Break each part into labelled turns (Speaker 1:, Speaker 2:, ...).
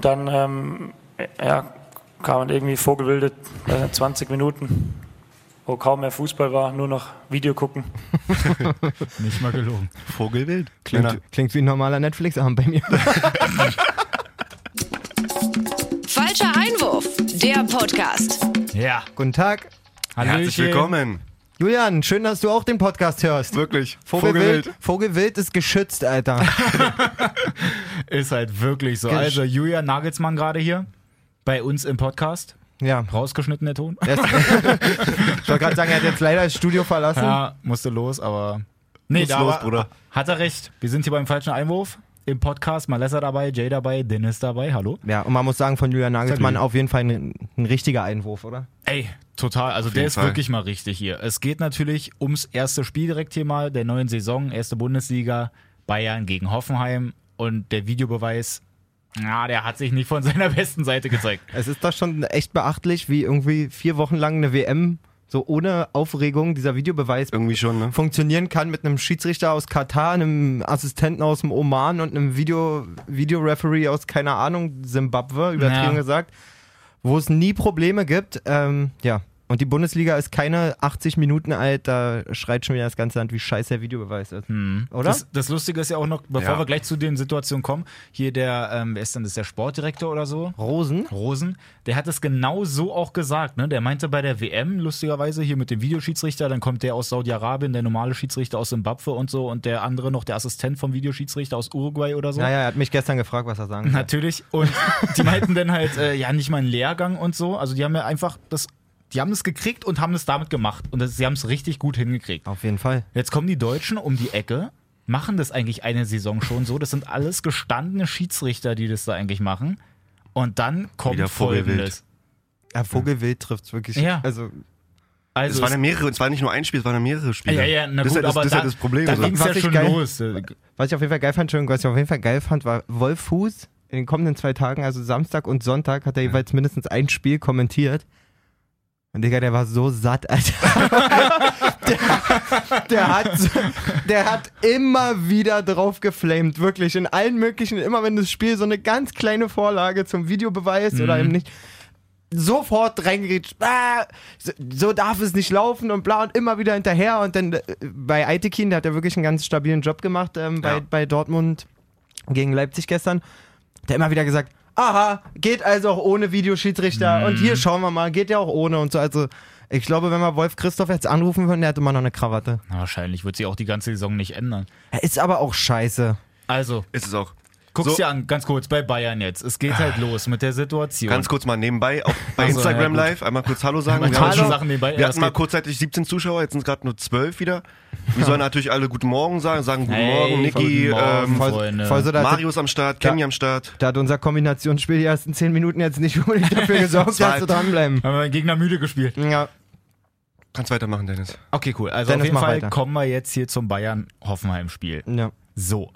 Speaker 1: dann ähm, ja, kamen irgendwie vorgebildet äh, 20 Minuten, wo kaum mehr Fußball war, nur noch Video gucken.
Speaker 2: Nicht mal gelogen.
Speaker 3: Vogelwild.
Speaker 4: Klingt,
Speaker 2: Genau.
Speaker 3: Kleiner.
Speaker 4: klingt wie ein normaler Netflix-Abend bei mir.
Speaker 5: Falscher Einwurf, der Podcast.
Speaker 2: Ja.
Speaker 4: Guten Tag.
Speaker 2: Hallöchen.
Speaker 3: Herzlich willkommen.
Speaker 4: Julian, schön, dass du auch den Podcast hörst.
Speaker 3: Wirklich.
Speaker 4: Vogelwild, Vogelwild ist geschützt, Alter.
Speaker 2: Ist halt wirklich so.
Speaker 4: Gesch-
Speaker 2: Also Julian Nagelsmann gerade hier bei uns im Podcast.
Speaker 4: Ja.
Speaker 2: Rausgeschnitten der Ton.
Speaker 4: Er ist- ich wollte gerade sagen, er hat jetzt leider das Studio verlassen.
Speaker 2: Ja, musste los, aber... Hm. Nee,
Speaker 3: Muss
Speaker 2: da
Speaker 3: los,
Speaker 2: war-
Speaker 3: Bruder.
Speaker 2: Hat er recht. Wir sind hier beim falschen Einwurf. Im Podcast, Malessa dabei, Jay dabei, Dennis dabei. Hallo.
Speaker 4: Ja, und man muss sagen, von Julian Nagelsmann
Speaker 2: Salut.
Speaker 4: auf jeden Fall ein, ein richtiger Einwurf, oder?
Speaker 2: Ey, total. Also der
Speaker 3: jeden
Speaker 2: ist
Speaker 3: Fall.
Speaker 2: wirklich mal richtig hier. Es geht natürlich ums erste Spiel direkt hier mal der neuen Saison, erste Bundesliga, Bayern gegen Hoffenheim und der Videobeweis. Na, der hat sich nicht von seiner besten Seite gezeigt.
Speaker 4: Es ist doch schon echt beachtlich, wie irgendwie vier Wochen lang eine WM so ohne Aufregung dieser Videobeweis
Speaker 3: Irgendwie schon, ne?
Speaker 4: funktionieren kann mit einem Schiedsrichter aus Katar, einem Assistenten aus dem Oman und einem Video, Videoreferee aus, keine Ahnung, Simbabwe,
Speaker 2: Ja.
Speaker 4: übertrieben gesagt, wo es nie Probleme gibt. Ähm, ja, und die Bundesliga ist keine 80 Minuten alt, da schreit schon wieder das ganze Land, wie scheiße der Videobeweis ist. Oder?
Speaker 2: Hm. Das, das Lustige ist ja auch noch, bevor
Speaker 3: Ja.
Speaker 2: wir gleich zu den Situationen kommen, hier der, ähm, wer ist denn das, der Sportdirektor oder so?
Speaker 4: Rosen?
Speaker 2: Rosen, der hat es genau so auch gesagt. Ne? Der meinte bei der WM, lustigerweise, hier mit dem Videoschiedsrichter, dann kommt der aus Saudi-Arabien, der normale Schiedsrichter aus Simbabwe und so und der andere noch der Assistent vom Videoschiedsrichter aus Uruguay oder so.
Speaker 4: Naja, er hat mich gestern gefragt, was er sagen will.
Speaker 2: Natürlich. Und die meinten dann halt, äh, ja, nicht mal einen Lehrgang und so. Also die haben ja einfach das, die haben es gekriegt und haben es damit gemacht. Und das, sie haben es richtig gut hingekriegt.
Speaker 4: Auf jeden Fall.
Speaker 2: Jetzt kommen die Deutschen um die Ecke, machen das eigentlich eine Saison schon so. Das sind alles gestandene Schiedsrichter, die das da eigentlich machen. Und dann kommt
Speaker 3: Wieder Vogelwild.
Speaker 2: Folgendes.
Speaker 4: Ja, Vogelwild trifft es wirklich.
Speaker 2: Ja.
Speaker 4: Also,
Speaker 2: Also
Speaker 3: Es waren ja mehrere, es waren nicht nur ein Spiel, es waren ja mehrere Spiele.
Speaker 2: Ja, ja, na
Speaker 3: das
Speaker 2: gut,
Speaker 3: ist ja das,
Speaker 2: aber
Speaker 3: das, ist
Speaker 2: da,
Speaker 3: ja das Problem. Also
Speaker 2: da
Speaker 3: so.
Speaker 2: ging es
Speaker 4: Was
Speaker 2: ja
Speaker 4: ich
Speaker 2: schon
Speaker 4: geil-
Speaker 2: los. Äh,
Speaker 4: was ich auf jeden Fall geil fand, Entschuldigung, was ich auf jeden Fall geil fand, war Wolf Fuß in den kommenden zwei Tagen, also Samstag und Sonntag, hat er jeweils mindestens ein Spiel kommentiert. Und Digga, der war so satt, Alter. der, der, hat, so- der hat immer wieder drauf geflamed, wirklich. In allen möglichen, immer wenn das Spiel so eine ganz kleine Vorlage zum Videobeweis oder eben nicht, sofort reingeredet, ah, so, so darf es nicht laufen und bla und immer wieder hinterher. Und dann äh, bei Aitekin, der hat ja wirklich einen ganz stabilen Job gemacht ähm, bei,
Speaker 3: Ja.
Speaker 4: bei Dortmund gegen Leipzig gestern. Der immer wieder gesagt, aha, geht also auch ohne Videoschiedsrichter und
Speaker 3: Mhm.
Speaker 4: hier schauen wir mal, geht ja auch ohne und so. Also ich glaube, wenn wir Wolf Christoph jetzt anrufen würden, der hätte immer noch eine Krawatte.
Speaker 2: Na, wahrscheinlich wird sich auch die ganze Saison nicht ändern.
Speaker 4: Er ist aber auch scheiße.
Speaker 2: Also,
Speaker 3: ist es auch.
Speaker 2: guck's
Speaker 3: So. Ah.
Speaker 2: dir an, ganz kurz, bei Bayern jetzt. Es geht halt los mit der Situation.
Speaker 3: Ganz kurz mal nebenbei, auch bei
Speaker 2: Ach so, Also, ja,
Speaker 3: Instagram
Speaker 2: gut.
Speaker 3: Live, einmal kurz Hallo sagen.
Speaker 2: Mal
Speaker 3: Wir, haben
Speaker 2: tauschen
Speaker 3: schon,
Speaker 2: Sachen nebenbei. Ja,
Speaker 3: wir
Speaker 2: das
Speaker 3: hatten mal
Speaker 2: geht.
Speaker 3: kurzzeitig 17 Zuschauer, jetzt sind es gerade nur 12 wieder. Wir sollen natürlich alle Guten Morgen sagen, sagen Guten
Speaker 2: Hey,
Speaker 3: Morgen, Niki,
Speaker 2: guten Morgen,
Speaker 3: ähm,
Speaker 2: Freunde.
Speaker 4: voll so da, hat,
Speaker 3: Mario ist am Start, Kenny am Start.
Speaker 4: da hat unser Kombinationsspiel die ersten 10 Minuten jetzt nicht unbedingt dafür gesorgt, dass wir
Speaker 3: halt-
Speaker 4: dranbleiben.
Speaker 2: Haben wir den Gegner müde gespielt.
Speaker 4: Ja,
Speaker 3: Kannst weitermachen, Dennis.
Speaker 2: Okay, cool. Also
Speaker 4: Dennis,
Speaker 2: auf jeden
Speaker 4: mach
Speaker 2: Fall
Speaker 4: weiter.
Speaker 2: kommen wir jetzt hier zum Bayern-Hoffenheim-Spiel.
Speaker 4: ja.
Speaker 2: So.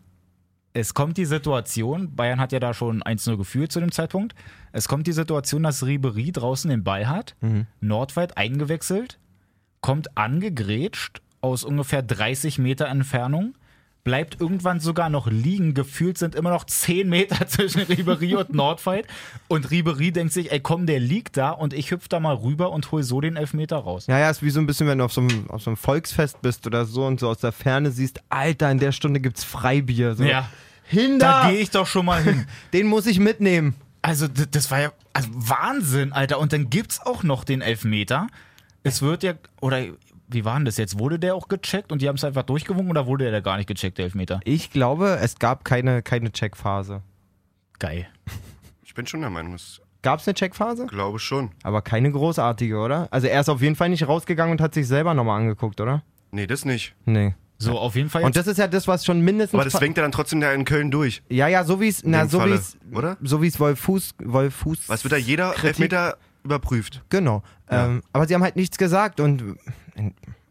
Speaker 2: Es kommt die Situation, Bayern hat ja da schon 1-0 geführt zu dem Zeitpunkt. Es kommt die Situation, dass Ribery draußen den Ball hat, Nordweit eingewechselt, kommt angegrätscht aus ungefähr 30 Meter Entfernung, bleibt irgendwann sogar noch liegen. Gefühlt sind immer noch 10 Meter zwischen Ribery und Nordweit. Und Ribery denkt sich, ey komm, der liegt da und ich hüpf da mal rüber und hol so den Elfmeter raus.
Speaker 4: Ja, ja, ist wie so ein bisschen, wenn du auf so einem, auf so einem Volksfest bist oder so und so aus der Ferne siehst, Alter, in der Stunde gibt's Freibier. So.
Speaker 2: Ja.
Speaker 4: Hinder!
Speaker 2: Da gehe ich doch schon mal hin.
Speaker 4: Den muss ich mitnehmen.
Speaker 2: Also, d- das war ja also Wahnsinn, Alter. Und dann gibt's auch noch den Elfmeter. Es wird ja, oder wie war denn das jetzt? Wurde der auch gecheckt und die haben es einfach durchgewunken oder wurde der da gar nicht gecheckt, der Elfmeter?
Speaker 4: Ich glaube, es gab keine, keine Checkphase.
Speaker 2: Geil.
Speaker 3: Ich bin schon der Meinung, ich
Speaker 4: Gab's eine Checkphase?
Speaker 3: glaube schon.
Speaker 4: Aber keine großartige, oder? Also er ist auf jeden Fall nicht rausgegangen und hat sich selber nochmal angeguckt, oder?
Speaker 3: Nee, das nicht.
Speaker 4: Nee.
Speaker 2: So, auf jeden Fall.
Speaker 4: Und
Speaker 2: Jetzt,
Speaker 4: das ist ja das, was schon mindestens...
Speaker 3: Aber das winkt ja dann trotzdem der in Köln durch.
Speaker 4: ja, ja, so wie es... Na,
Speaker 3: dem
Speaker 4: so wie
Speaker 3: Falle,
Speaker 4: es...
Speaker 3: oder?
Speaker 4: So wie es Wolf Fuß... Wolf Fuß
Speaker 3: Was wird da jeder Elfmeter überprüft?
Speaker 4: Genau. Ähm, aber sie haben halt nichts gesagt und...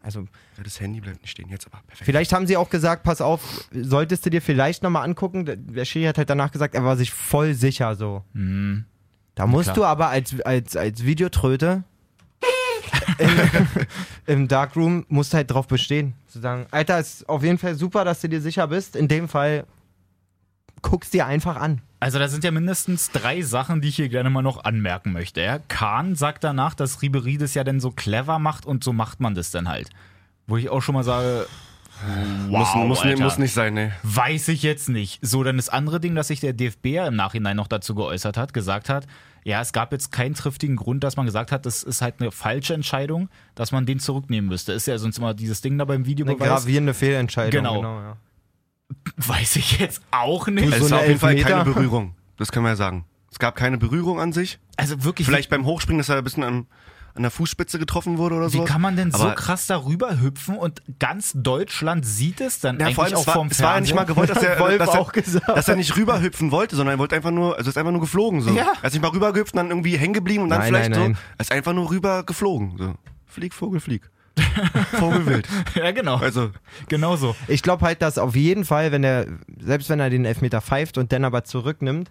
Speaker 4: Also
Speaker 3: Ja, das Handy bleibt nicht stehen, jetzt aber perfekt.
Speaker 4: Vielleicht haben sie auch gesagt, pass auf, solltest du dir vielleicht nochmal angucken. Der Schiri hat halt danach gesagt, er war sich voll sicher so. Da musst
Speaker 2: Mhm. klar.
Speaker 4: du aber als, als, als Videotröte im, im Darkroom musst du halt drauf bestehen. Zu sagen, Alter, ist auf jeden Fall super, dass du dir sicher bist. In dem Fall guck's dir einfach an.
Speaker 2: Also da sind ja mindestens drei Sachen, die ich hier gerne mal noch anmerken möchte. Ja? Kahn sagt danach, dass Ribery das ja dann so clever macht und so macht man das dann halt. Wo ich auch schon mal sage, wow,
Speaker 3: muss, muss,
Speaker 2: Alter,
Speaker 3: muss nicht sein, ne? nee.
Speaker 2: weiß ich jetzt nicht. So, dann das andere Ding, dass sich der DFB ja im Nachhinein noch dazu geäußert hat, gesagt hat, ja, es gab jetzt keinen triftigen Grund, dass man gesagt hat, das ist halt eine falsche Entscheidung, dass man den zurücknehmen müsste. Ist ja sonst immer dieses Ding da beim
Speaker 4: Eine
Speaker 2: Videobeweis.
Speaker 4: gravierende Fehlentscheidung.
Speaker 2: Genau.
Speaker 4: ja.
Speaker 2: Weiß ich jetzt auch nicht.
Speaker 4: So
Speaker 3: Es war
Speaker 4: eine
Speaker 3: auf jeden Fall
Speaker 4: Elfmeter?
Speaker 3: keine Berührung. Das können wir ja sagen. Es gab keine Berührung an sich.
Speaker 2: Also wirklich,
Speaker 3: Vielleicht beim Hochspringen, dass er ein bisschen an, an der Fußspitze getroffen wurde oder
Speaker 2: wie,
Speaker 3: so.
Speaker 2: wie kann man denn so
Speaker 3: Aber-
Speaker 2: krass darüber hüpfen und ganz Deutschland sieht es dann
Speaker 3: Ja,
Speaker 2: eigentlich
Speaker 3: vor allem,
Speaker 2: auch
Speaker 3: es war,
Speaker 2: vom
Speaker 3: es war ja nicht mal
Speaker 2: Fernsehen?
Speaker 3: gewollt, dass er,
Speaker 4: Wolf
Speaker 3: dass, er,
Speaker 4: auch gesagt.
Speaker 3: dass er nicht rüberhüpfen wollte, sondern er wollte einfach nur, also ist einfach nur geflogen so.
Speaker 2: Ja.
Speaker 3: Er ist nicht mal rübergehüpft und dann irgendwie hängen geblieben und dann
Speaker 4: Nein,
Speaker 3: vielleicht
Speaker 4: nein, nein.
Speaker 3: so. Er ist einfach nur rüber geflogen. So. Flieg, Vogel, flieg. Vogelwild.
Speaker 2: ja, genau.
Speaker 3: Also,
Speaker 2: Genau so.
Speaker 4: Ich glaube halt, dass auf jeden Fall, wenn er, selbst wenn er den Elfmeter pfeift und dann aber zurücknimmt,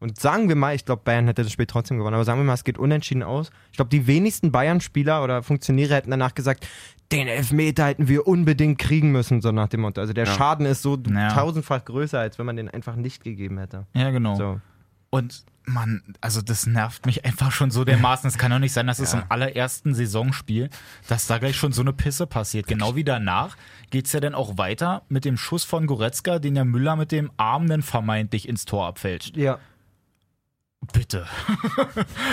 Speaker 4: und sagen wir mal, ich glaube, Bayern hätte das Spiel trotzdem gewonnen, aber sagen wir mal, es geht unentschieden aus. Ich glaube, die wenigsten Bayern-Spieler oder Funktionäre hätten danach gesagt, den Elfmeter hätten wir unbedingt kriegen müssen, so nach dem Motto. Also der Schaden ist so
Speaker 2: Ja.
Speaker 4: tausendfach größer, als wenn man den einfach nicht gegeben hätte.
Speaker 2: Ja, genau.
Speaker 4: So.
Speaker 2: Und man, also das nervt mich einfach schon so dermaßen. Es kann doch nicht sein, dass es im allerersten Saisonspiel, dass da gleich schon so eine Pisse passiert. Genau wie danach geht es ja dann auch weiter mit dem Schuss von Goretzka, den der Müller mit dem Arm dann vermeintlich ins Tor abfälscht.
Speaker 4: Ja.
Speaker 2: Bitte.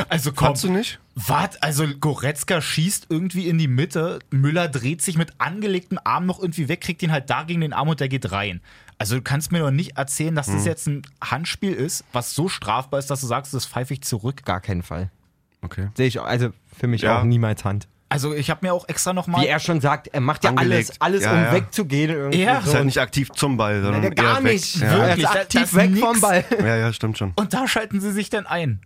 Speaker 2: also komm,
Speaker 3: kannst du nicht?
Speaker 2: wart, also Goretzka schießt irgendwie in die Mitte, Müller dreht sich mit angelegtem Arm noch irgendwie weg, kriegt ihn halt da gegen den Arm und der geht rein. Also du kannst mir doch nicht erzählen, dass
Speaker 4: Mhm.
Speaker 2: das jetzt ein Handspiel ist, was so strafbar ist, dass du sagst, das pfeife ich zurück.
Speaker 4: Gar keinen Fall.
Speaker 3: Okay.
Speaker 4: Sehe ich, auch- also für mich
Speaker 3: Ja.
Speaker 4: auch niemals Hand.
Speaker 2: Also ich habe mir auch extra nochmal.
Speaker 4: Wie er schon sagt, er macht ja
Speaker 3: Angelegt.
Speaker 4: alles, alles
Speaker 3: Ja,
Speaker 4: um
Speaker 3: ja.
Speaker 4: wegzugehen. Irgendwie
Speaker 2: Ja.
Speaker 3: Ist
Speaker 4: so.
Speaker 3: ja nicht aktiv zum Ball, sondern
Speaker 4: Der gar
Speaker 3: eher weg.
Speaker 4: nicht.
Speaker 3: Ja.
Speaker 4: Er ist
Speaker 2: Wirklich, da-
Speaker 4: aktiv
Speaker 2: das
Speaker 4: weg
Speaker 2: nix.
Speaker 4: vom Ball.
Speaker 3: ja, ja, stimmt schon.
Speaker 2: und da schalten sie sich dann ein.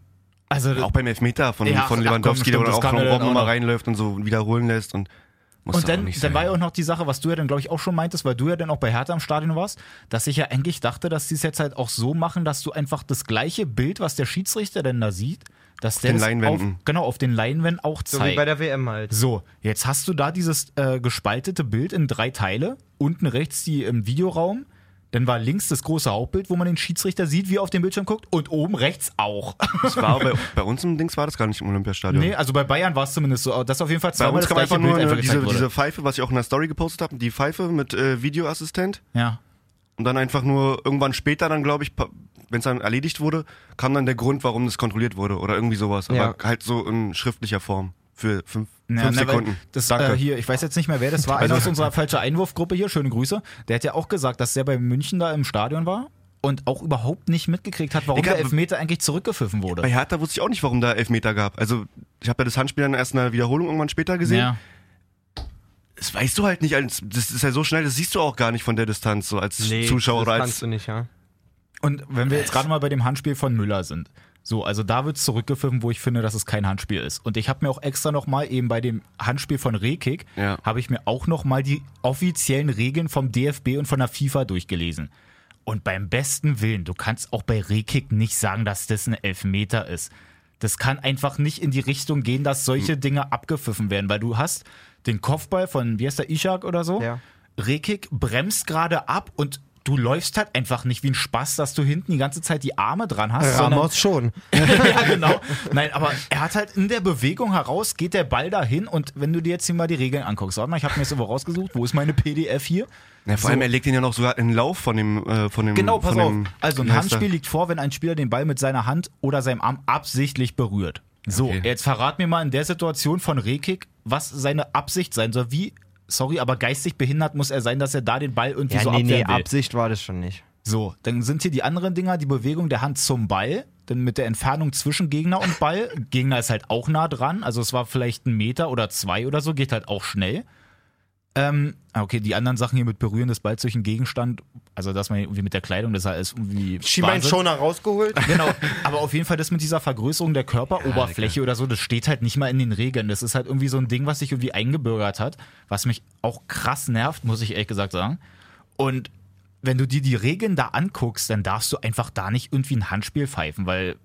Speaker 2: Also
Speaker 3: Auch beim Elfmeter von,
Speaker 2: Ja, ach,
Speaker 3: von
Speaker 2: komm,
Speaker 3: Lewandowski,
Speaker 2: stimmt,
Speaker 3: der
Speaker 2: das
Speaker 3: auch
Speaker 2: kann
Speaker 3: von
Speaker 2: er dann
Speaker 3: Robben
Speaker 2: auch
Speaker 3: mal
Speaker 2: noch.
Speaker 3: reinläuft und so wiederholen lässt und muss
Speaker 2: und
Speaker 3: doch auch
Speaker 2: dann,
Speaker 3: nicht
Speaker 2: dann
Speaker 3: sein.
Speaker 2: war ja auch noch die Sache, was du ja dann, glaube ich, auch schon meintest, weil du ja dann auch bei Hertha im Stadion warst, dass ich ja eigentlich dachte, dass die es jetzt halt auch so machen, dass du einfach das gleiche Bild, was der Schiedsrichter denn da sieht, dass der
Speaker 3: den
Speaker 2: das
Speaker 3: Leinwänden.
Speaker 2: Auf, genau, auf den Leinwänden auch
Speaker 4: So wie bei
Speaker 2: zeigt.
Speaker 4: der WM halt.
Speaker 2: So, jetzt hast du da dieses äh, gespaltete Bild in drei Teile. Unten rechts die im Videoraum. Dann war links das große Hauptbild, wo man den Schiedsrichter sieht, wie er auf den Bildschirm guckt. Und oben rechts auch.
Speaker 3: das war bei, bei uns im Dings war das gar nicht im Olympiastadion.
Speaker 2: Nee, also bei Bayern war es zumindest so. Das auf jeden Fall
Speaker 3: Bei
Speaker 2: zweimal
Speaker 3: uns
Speaker 2: das
Speaker 3: kam einfach
Speaker 2: gleiche
Speaker 3: nur
Speaker 2: Bild einfach
Speaker 3: eine, diese,
Speaker 2: gezeigt wurde.
Speaker 3: diese Pfeife, was ich auch in der Story gepostet habe, die Pfeife mit äh, Videoassistent
Speaker 2: Ja.
Speaker 3: und dann einfach nur irgendwann später dann, glaube ich, wenn es dann erledigt wurde, kam dann der Grund, warum das kontrolliert wurde oder irgendwie sowas. Aber
Speaker 4: Ja.
Speaker 3: halt so in schriftlicher Form für fünf,
Speaker 2: Ja,
Speaker 3: fünf
Speaker 2: na, weil
Speaker 3: Sekunden.
Speaker 2: Das,
Speaker 3: Danke. Also
Speaker 2: Äh, hier, ich weiß jetzt nicht mehr, wer das war. Einer aus unserer falschen Einwurfgruppe hier, schöne Grüße. Der hat ja auch gesagt, dass der bei München da im Stadion war und auch überhaupt nicht mitgekriegt hat, warum
Speaker 3: Digga,
Speaker 2: der Elfmeter eigentlich zurückgepfiffen
Speaker 3: Bei
Speaker 2: wurde.
Speaker 3: Hertha wusste ich auch nicht, warum da Elfmeter gab. Also ich habe ja das Handspiel dann erst in der Wiederholung irgendwann später gesehen.
Speaker 2: Ja.
Speaker 3: Das weißt du halt nicht. als- Das ist ja so schnell, das siehst du auch gar nicht von der Distanz so als Zuschauer
Speaker 4: das
Speaker 3: oder
Speaker 4: kannst
Speaker 3: als...
Speaker 4: du nicht, ja.
Speaker 2: Und wenn wir jetzt gerade mal bei dem Handspiel von Müller sind. So, also da wird zurückgepfiffen, wo ich finde, dass es kein Handspiel ist. Und ich habe mir auch extra nochmal eben bei dem Handspiel von Rekik,
Speaker 3: Ja.
Speaker 2: habe ich mir auch nochmal die offiziellen Regeln vom DFB und von der FIFA durchgelesen. Und beim besten Willen, du kannst auch bei Rekik nicht sagen, dass das ein Elfmeter ist. Das kann einfach nicht in die Richtung gehen, dass
Speaker 4: Hm.
Speaker 2: solche Dinge abgepfiffen werden, weil du hast den Kopfball von, wie heißt der, Ishak oder so?
Speaker 4: Ja.
Speaker 2: Rekik bremst gerade ab und du läufst halt einfach nicht wie ein Spaß, dass du hinten die ganze Zeit die Arme dran hast. sondern-
Speaker 4: Ramos schon.
Speaker 2: ja, genau. Nein, aber er hat halt in der Bewegung heraus, geht der Ball dahin und wenn du dir jetzt hier mal die Regeln anguckst, warte mal, ich habe mir das irgendwo rausgesucht, wo ist meine PDF hier?
Speaker 3: Ja, vor allem, er legt ihn ja noch sogar in den Lauf von dem... Äh, von dem
Speaker 2: Genau, pass
Speaker 3: von
Speaker 2: auf.
Speaker 3: dem,
Speaker 2: Also
Speaker 3: wie
Speaker 2: ein
Speaker 3: heißt er?
Speaker 2: Handspiel liegt vor, wenn ein Spieler den Ball mit seiner Hand oder seinem Arm absichtlich berührt. So,
Speaker 3: Okay.
Speaker 2: jetzt verrat mir mal in der Situation von Rekik, was seine Absicht sein soll. Wie, sorry, aber geistig behindert muss er sein, dass er da den Ball irgendwie so abwehren will.
Speaker 4: Absicht war das schon nicht.
Speaker 2: So, dann sind hier die anderen Dinger, die Bewegung der Hand zum Ball, dann mit der Entfernung zwischen Gegner und Ball. Gegner ist halt auch nah dran, also es war vielleicht ein Meter oder zwei oder so, geht halt auch schnell. Ähm, okay, die anderen Sachen hier mit Berühren des Balls durch den Gegenstand, also dass man irgendwie mit der Kleidung, das ist halt irgendwie. Wahnsinn.
Speaker 4: rausgeholt.
Speaker 2: Genau, aber auf jeden Fall das mit dieser Vergrößerung der Körperoberfläche oder so, das steht halt nicht mal in den Regeln. Das ist halt irgendwie so ein Ding, was sich irgendwie eingebürgert hat, was mich auch krass nervt, muss ich ehrlich gesagt sagen. Und wenn du dir die Regeln da anguckst, dann darfst du einfach da nicht irgendwie ein Handspiel pfeifen, weil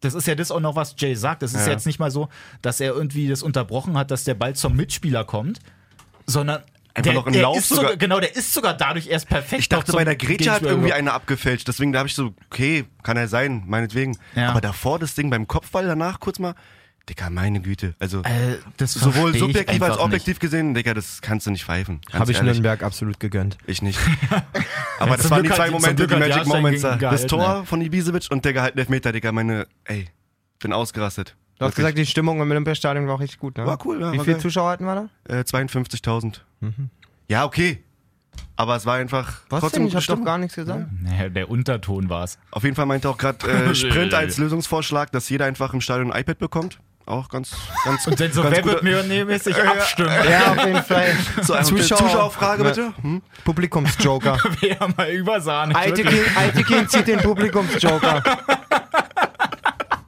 Speaker 2: das ist ja das auch noch, was Jay sagt. Das ist
Speaker 3: Ja.
Speaker 2: jetzt nicht mal so, dass er irgendwie das unterbrochen hat, dass der Ball zum Mitspieler kommt, sondern
Speaker 3: Einfach noch einen Lauf
Speaker 2: ist
Speaker 3: sogar.
Speaker 2: sogar, genau, der ist sogar dadurch erst perfekt.
Speaker 3: Ich dachte,
Speaker 2: noch zum
Speaker 3: bei der Grete hat
Speaker 2: Gegenspieler
Speaker 3: irgendwie
Speaker 2: über-
Speaker 3: einer abgefälscht. Deswegen da habe ich so, okay, kann er sein, meinetwegen.
Speaker 2: Ja.
Speaker 3: Aber davor das Ding beim Kopfball, danach kurz mal, Digga, meine Güte. Also
Speaker 2: Äh, das
Speaker 3: sowohl
Speaker 2: versteh ich
Speaker 3: subjektiv als
Speaker 2: einfach
Speaker 3: objektiv gesehen, Digga, das kannst du nicht pfeifen. Ganz
Speaker 4: Habe ich
Speaker 3: ehrlich.
Speaker 4: Nürnberg absolut gegönnt.
Speaker 3: Ich nicht. Aber das
Speaker 2: Zum
Speaker 3: waren die
Speaker 2: Glück
Speaker 3: zwei
Speaker 2: hat-
Speaker 3: Momente,
Speaker 2: zum Glück
Speaker 3: die
Speaker 2: hat
Speaker 3: Magic
Speaker 2: Jahrstein
Speaker 3: Moments da.
Speaker 2: gegen
Speaker 3: Das
Speaker 2: gehalten,
Speaker 3: Tor
Speaker 2: ja.
Speaker 3: von Ibisevic und der gehaltene Elfmeter, Digga, meine, ey, bin ausgerastet.
Speaker 4: Du hast
Speaker 3: Wirklich.
Speaker 4: gesagt, die Stimmung im Olympiastadion war auch richtig gut, ne?
Speaker 3: War cool, ja,
Speaker 4: Wie
Speaker 3: war
Speaker 4: viele
Speaker 3: geil.
Speaker 4: Zuschauer hatten wir da?
Speaker 3: äh, 52.000. Ja, okay. Aber es war einfach
Speaker 4: Mhm. Was
Speaker 3: trotzdem
Speaker 4: denn? Ich hab
Speaker 3: gute
Speaker 4: doch
Speaker 3: Stimmung.
Speaker 4: gar nichts gesagt.
Speaker 2: nicht. Naja, der Unterton war es.
Speaker 3: Auf jeden Fall meinte auch gerade äh, Sprint als Lösungsvorschlag, dass jeder einfach im Stadion ein iPad bekommt. Auch ganz, ganz
Speaker 2: Und dann so,
Speaker 3: ganz
Speaker 2: wer
Speaker 3: guter-
Speaker 2: wird millionärmäßig abstimmen?
Speaker 4: Ja, auf jeden Fall.
Speaker 3: so eine
Speaker 4: Zuschauer-
Speaker 3: Zuschauerfrage,
Speaker 4: Ne.
Speaker 3: bitte? Hm?
Speaker 4: Publikumsjoker.
Speaker 2: Wer mal übersahne.
Speaker 4: Altekin Altekin zieht den Publikumsjoker. Da,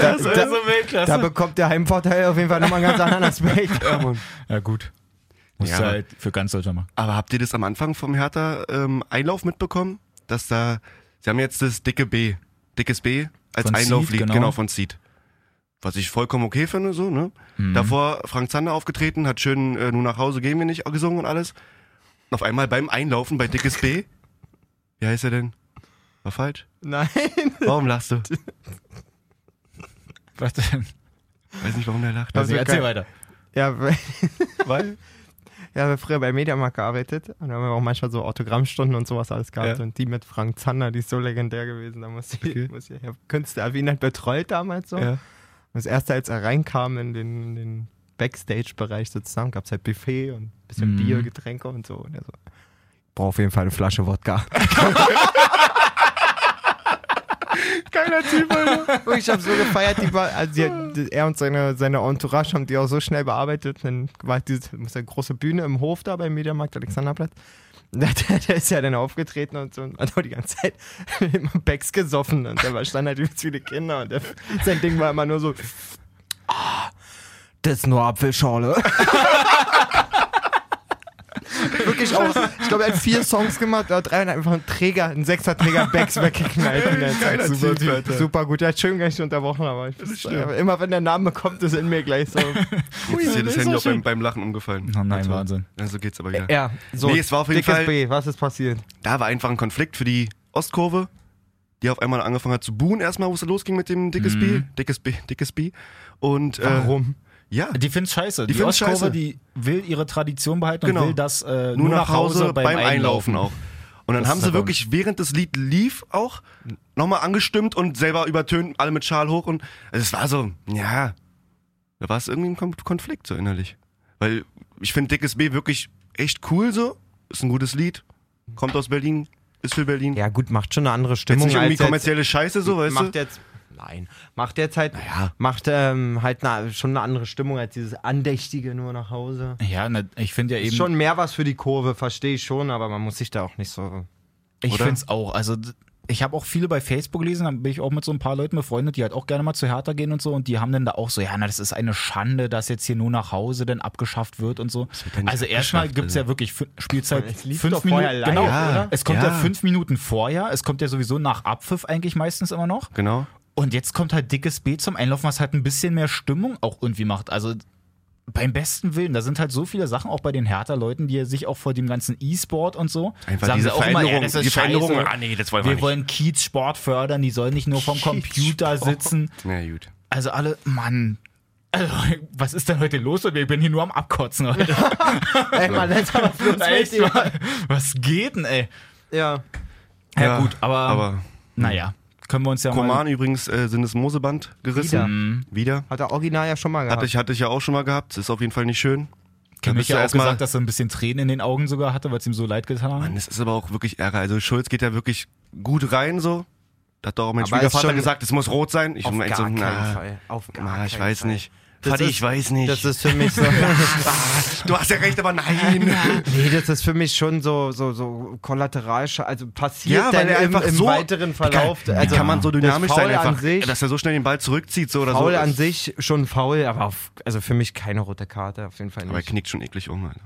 Speaker 4: da,
Speaker 2: Also Weltklasse.
Speaker 4: da bekommt der Heimvorteil auf jeden Fall nochmal einen ganz anderen Aspekt.
Speaker 2: ja, gut. Muss
Speaker 3: Ja.
Speaker 2: ja. halt für ganz Deutschland machen.
Speaker 3: Aber habt ihr das am Anfang vom Hertha ähm, Einlauf mitbekommen? Dass da, sie haben jetzt das dicke B, dickes B als
Speaker 2: Von
Speaker 3: Einlauflied,
Speaker 2: Seed,
Speaker 3: genau.
Speaker 2: genau.
Speaker 3: von Seed. Was ich vollkommen okay finde, so, ne?
Speaker 2: Mhm.
Speaker 3: Davor Frank Zander aufgetreten, hat schön äh, Nur nach Hause gehen wir nicht gesungen und alles. Und auf einmal beim Einlaufen bei dickes B, wie heißt er denn? War falsch?
Speaker 4: Nein.
Speaker 3: Warum lachst du?
Speaker 2: Was denn?
Speaker 3: Weiß nicht, warum der lacht.
Speaker 4: Also
Speaker 2: Also, erzähl
Speaker 4: geil.
Speaker 2: weiter.
Speaker 4: Ja, weil-
Speaker 3: Weil?
Speaker 4: ja, wir haben früher bei Mediamarkt gearbeitet und da haben wir auch manchmal so Autogrammstunden und sowas alles gehabt.
Speaker 3: Ja.
Speaker 4: Und die mit Frank Zander, die ist so legendär gewesen. Da muss ich,
Speaker 3: Okay.
Speaker 4: muss ich, ich hab Künstler, hab ihn halt betreut damals so.
Speaker 3: Ja.
Speaker 4: Und das erste, als er reinkam in den, in den Backstage-Bereich sozusagen, gab es halt Buffet und ein bisschen
Speaker 2: Mhm.
Speaker 4: Bier, Getränke und so. Und er so, ich brauche auf jeden Fall eine Flasche Wodka.
Speaker 3: Geiler Typ, Alter.
Speaker 4: Und Oh, ich habe so gefeiert, die war, also die, hat- die, er und seine, seine Entourage haben die auch so schnell bearbeitet. Dann war dieses, muss ja große Bühne im Hof da beim Mediamarkt Alexanderplatz. Und Da, da, da ist ja dann aufgetreten und so und hat auch die ganze Zeit immer Becks gesoffen und da war- standen halt übelst viele Kinder und der, sein Ding war immer nur so, "Ah, das ist nur Apfelschorle. Wirklich auch, ich glaube, er hat vier Songs gemacht, oder drei und hat einfach einen Träger, einen Sechser-Träger Becks weggeknallt. in der Zeit.
Speaker 3: Geiler
Speaker 4: Super,
Speaker 3: Typ,
Speaker 4: Typ,
Speaker 3: Alter.
Speaker 4: super gut, er hat schön gleich unterbrochen, aber ich wusste, aber immer wenn der Name kommt, ist in mir gleich so.
Speaker 3: Jetzt ist
Speaker 2: das
Speaker 3: hier
Speaker 2: ist
Speaker 3: das
Speaker 2: so
Speaker 3: Handy auch beim,
Speaker 2: schön.
Speaker 3: beim Lachen umgefallen.
Speaker 2: Oh nein,
Speaker 3: Also,
Speaker 2: Wahnsinn.
Speaker 3: Ja, so geht's aber wieder.
Speaker 4: Ja, so.
Speaker 3: Nee, es war auf jeden
Speaker 4: dickes
Speaker 3: Fall-
Speaker 4: B, was ist passiert?
Speaker 3: Da war einfach ein Konflikt für die Ostkurve, die auf einmal angefangen hat zu buhen, erstmal, wo es losging mit dem dickes B, dickes B, dickes B. Und äh,
Speaker 4: Warum?
Speaker 3: ja,
Speaker 2: Die finden's scheiße.
Speaker 3: Die
Speaker 2: Die,
Speaker 3: finden's
Speaker 2: Ostkurve,
Speaker 3: scheiße.
Speaker 2: die will ihre Tradition behalten
Speaker 3: Genau.
Speaker 2: und will das äh,
Speaker 3: nur nach Hause beim, Einlaufen auch. Und dann
Speaker 2: Das
Speaker 3: haben
Speaker 2: ist
Speaker 3: sie
Speaker 2: aber-
Speaker 3: wirklich, während das Lied lief, auch nochmal angestimmt und selber übertönt, alle mit Schal hoch. Und also es war so, ja, da war es irgendwie ein Kon- Konflikt so innerlich. Weil ich finde dickes B wirklich echt cool so, ist ein gutes Lied, kommt aus Berlin, ist für Berlin.
Speaker 4: Ja, gut, macht schon eine andere
Speaker 3: Jetzt
Speaker 4: Stimmung.
Speaker 3: nicht irgendwie
Speaker 4: als jetzt-
Speaker 3: kommerzielle Scheiße so, weißt du?
Speaker 4: macht jetzt. Nein. Macht jetzt halt.
Speaker 3: Naja.
Speaker 4: Macht ähm, halt na, schon eine andere Stimmung als dieses Andächtige nur nach Hause.
Speaker 2: Ja, ne, ich finde ja eben.
Speaker 4: Ist schon mehr was für die Kurve, verstehe ich schon, aber man muss sich da auch nicht so.
Speaker 2: Ich
Speaker 3: Oder?
Speaker 2: finde es auch. Also d- ich habe auch viele bei Facebook gelesen, da bin ich auch mit so ein paar Leuten befreundet, die halt auch gerne mal zu Hertha gehen und so und die haben dann da auch so, ja, na, das ist eine Schande, dass jetzt hier nur nach Hause dann abgeschafft wird und so.
Speaker 3: wird ja nicht
Speaker 2: Also erstmal
Speaker 3: abgeschafft,
Speaker 2: gibt es ja wirklich fün- Spielzeit
Speaker 4: Es lief
Speaker 2: fünf
Speaker 4: doch vorher
Speaker 2: Minuten. Genau,
Speaker 4: live, oder?
Speaker 2: Es kommt ja.
Speaker 3: Ja.
Speaker 2: fünf Minuten vorher, es kommt ja sowieso nach Abpfiff eigentlich meistens immer noch.
Speaker 3: Genau.
Speaker 2: Und jetzt kommt halt dickes B zum Einlaufen, was halt ein bisschen mehr Stimmung auch irgendwie macht. Also beim besten Willen, da sind halt so viele Sachen auch bei den Hertha-Leuten, die sich auch vor dem ganzen E-Sport und so
Speaker 3: Einfach diese
Speaker 2: auch immer,
Speaker 3: Veränderung,
Speaker 2: ja, das ist
Speaker 3: die Veränderung,
Speaker 2: scheiße.
Speaker 3: ah, nee, das wollen wir
Speaker 2: wir
Speaker 3: nicht.
Speaker 2: wollen Kiez-Sport fördern, die sollen nicht nur vom Computer sitzen.
Speaker 3: Na
Speaker 4: Ähm,
Speaker 3: gut.
Speaker 2: Also alle, Mann. Also, was ist denn heute los? Ich bin hier nur am Abkotzen heute.
Speaker 4: Ey, mal jetzt aber bloß mit
Speaker 2: Echt,
Speaker 4: dir.
Speaker 2: Mann? was geht denn, ey?
Speaker 4: Ja.
Speaker 2: Ja, gut, aber,
Speaker 3: Aber
Speaker 2: naja, können wir uns ja mal...
Speaker 3: Koman übrigens äh, Sinnesmoseband
Speaker 4: Mhm.
Speaker 3: gerissen. Wieder.
Speaker 4: Hat er original ja schon mal gehabt.
Speaker 3: Hatte, ich, hatte ich ja auch schon mal gehabt. Ist auf jeden Fall nicht schön. Da
Speaker 2: Kimmich
Speaker 3: bist du
Speaker 2: ja auch
Speaker 3: erstmal-
Speaker 2: gesagt, dass er ein bisschen Tränen in den Augen sogar hatte, weil es ihm so leid getan hat.
Speaker 3: Mann, das ist aber auch wirklich Ärger. Also Schulz geht ja wirklich gut rein so. Da hat doch auch mein
Speaker 4: Aber ist
Speaker 3: Schwiegervater
Speaker 4: schon-
Speaker 3: gesagt, es muss rot sein. Ich
Speaker 4: Auf
Speaker 3: bin echt
Speaker 4: gar
Speaker 3: so,
Speaker 4: keinen
Speaker 3: na,
Speaker 4: Fall. Auf gar
Speaker 3: na, ich
Speaker 4: keinen
Speaker 3: weiß
Speaker 4: Fall.
Speaker 3: nicht.
Speaker 4: Das
Speaker 3: Vati,
Speaker 4: ist-
Speaker 3: ich weiß nicht.
Speaker 4: Das ist für mich so.
Speaker 3: du hast ja recht, aber nein.
Speaker 4: Nee, das ist für mich schon so, so, so kollateral, also passiert
Speaker 3: ja, weil
Speaker 4: dann
Speaker 3: er
Speaker 4: im,
Speaker 3: einfach
Speaker 4: im
Speaker 3: so
Speaker 4: weiteren Verlauf.
Speaker 3: Wie Kann,
Speaker 4: also
Speaker 3: wie kann man so
Speaker 4: das
Speaker 3: dynamisch sein
Speaker 4: Foul An
Speaker 3: einfach,
Speaker 4: sich,
Speaker 3: dass er so schnell den Ball zurückzieht so oder
Speaker 4: faul
Speaker 3: so.
Speaker 4: an sich schon faul, aber auf, also für mich keine rote Karte, auf jeden Fall
Speaker 3: aber er
Speaker 4: nicht.
Speaker 3: knickt schon eklig um. Alter.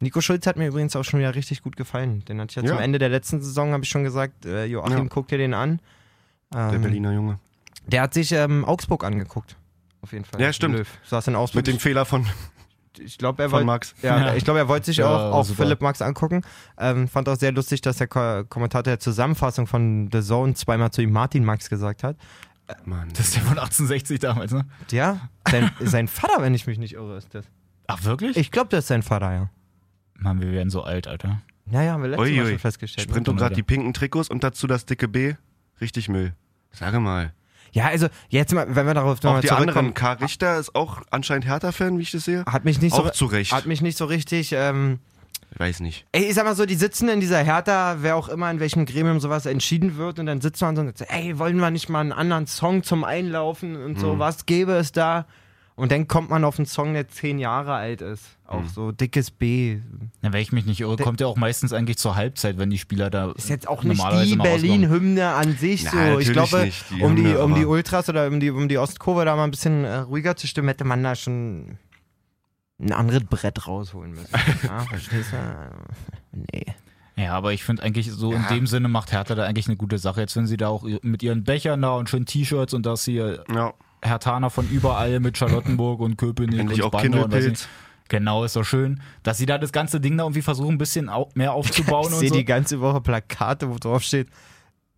Speaker 4: Nico Schulz hat mir übrigens auch schon wieder richtig gut gefallen. Den hatte ich ja,
Speaker 3: Ja.
Speaker 4: zum Ende der letzten Saison, habe ich schon gesagt, äh, Joachim,
Speaker 3: Ja.
Speaker 4: guck dir den an.
Speaker 3: Der
Speaker 4: Ähm,
Speaker 3: Berliner Junge.
Speaker 4: Der hat sich ähm, Augsburg angeguckt. Auf jeden Fall.
Speaker 3: Ja, stimmt.
Speaker 4: Löw. Saß in Augsburg.
Speaker 3: Mit dem Fehler von
Speaker 4: ich glaube, er
Speaker 3: Von
Speaker 4: wollte.
Speaker 3: Max.
Speaker 4: Ja, ich glaube, er wollte sich
Speaker 2: Ja,
Speaker 4: auch, auch
Speaker 2: super.
Speaker 4: Philipp Max angucken. Ähm, fand auch sehr lustig, dass der Ko Kommentator der Zusammenfassung von The Zone zweimal zu ihm Martin Max gesagt hat.
Speaker 3: Mann.
Speaker 2: Das ist der von 1860 damals, ne?
Speaker 4: Ja, sein, sein Vater, wenn ich mich nicht irre, ist das.
Speaker 2: Ach, wirklich?
Speaker 4: Ich glaube, das ist sein Vater, ja.
Speaker 2: Mann, wir werden so alt, Alter.
Speaker 4: Naja, haben wir letztes Mal
Speaker 3: Uiui.
Speaker 4: schon festgestellt. ne?
Speaker 3: Sprint um gerade die pinken Trikots und dazu das dicke B. Richtig Müll. Sage mal.
Speaker 4: Ja, also jetzt mal, wenn wir darauf
Speaker 3: Auch
Speaker 4: nochmal
Speaker 3: die anderen.
Speaker 4: zurückkommen,
Speaker 3: K. Richter ist auch anscheinend Hertha-Fan, wie ich das sehe.
Speaker 4: hat mich nicht so
Speaker 3: Auch zu Recht.
Speaker 4: hat mich nicht so richtig. Ähm,
Speaker 3: Ich weiß nicht.
Speaker 4: ey, ich sag mal so, die sitzen in dieser Hertha, wer auch immer in welchem Gremium sowas entschieden wird, und dann sitzt man so und sagt, ey, wollen wir nicht mal einen anderen Song zum Einlaufen und
Speaker 3: Mhm.
Speaker 4: so, was gäbe es da? Und dann kommt man auf einen Song, der zehn Jahre alt ist. Auch
Speaker 3: Mhm.
Speaker 4: so dickes B.
Speaker 2: Na, wenn ich mich nicht irre, kommt ja auch meistens eigentlich zur Halbzeit, wenn die Spieler da.
Speaker 4: Ist jetzt auch nicht
Speaker 2: normalerweise
Speaker 4: die
Speaker 2: mal rauskommen.
Speaker 4: Berlin-Hymne an sich
Speaker 3: Na,
Speaker 4: so. Ich
Speaker 3: natürlich
Speaker 4: glaube,
Speaker 3: nicht die
Speaker 4: um, die,
Speaker 3: Hymne,
Speaker 4: um die
Speaker 3: aber-
Speaker 4: Ultras oder um die, um die Ostkurve da mal ein bisschen äh, ruhiger zu stimmen, hätte man da schon ein anderes Brett rausholen müssen. ja, verstehst du? Also, Nee.
Speaker 2: Ja, aber ich finde eigentlich so in
Speaker 3: Ja.
Speaker 2: dem Sinne macht Hertha da eigentlich eine gute Sache. Jetzt wenn sie da auch ihr- mit ihren Bechern da und schönen T-Shirts und das hier
Speaker 3: Ja.
Speaker 2: Hertaner von überall mit Charlottenburg und Köpenick
Speaker 3: Endlich
Speaker 2: und
Speaker 3: auch
Speaker 2: Spandau und weiß
Speaker 3: Kindelpilz.
Speaker 2: nicht. Genau, ist doch schön, dass sie da das ganze Ding da irgendwie versuchen, ein bisschen au mehr aufzubauen
Speaker 4: Ich
Speaker 2: und
Speaker 4: sehe
Speaker 2: so.
Speaker 4: die ganze Woche Plakate, wo drauf steht,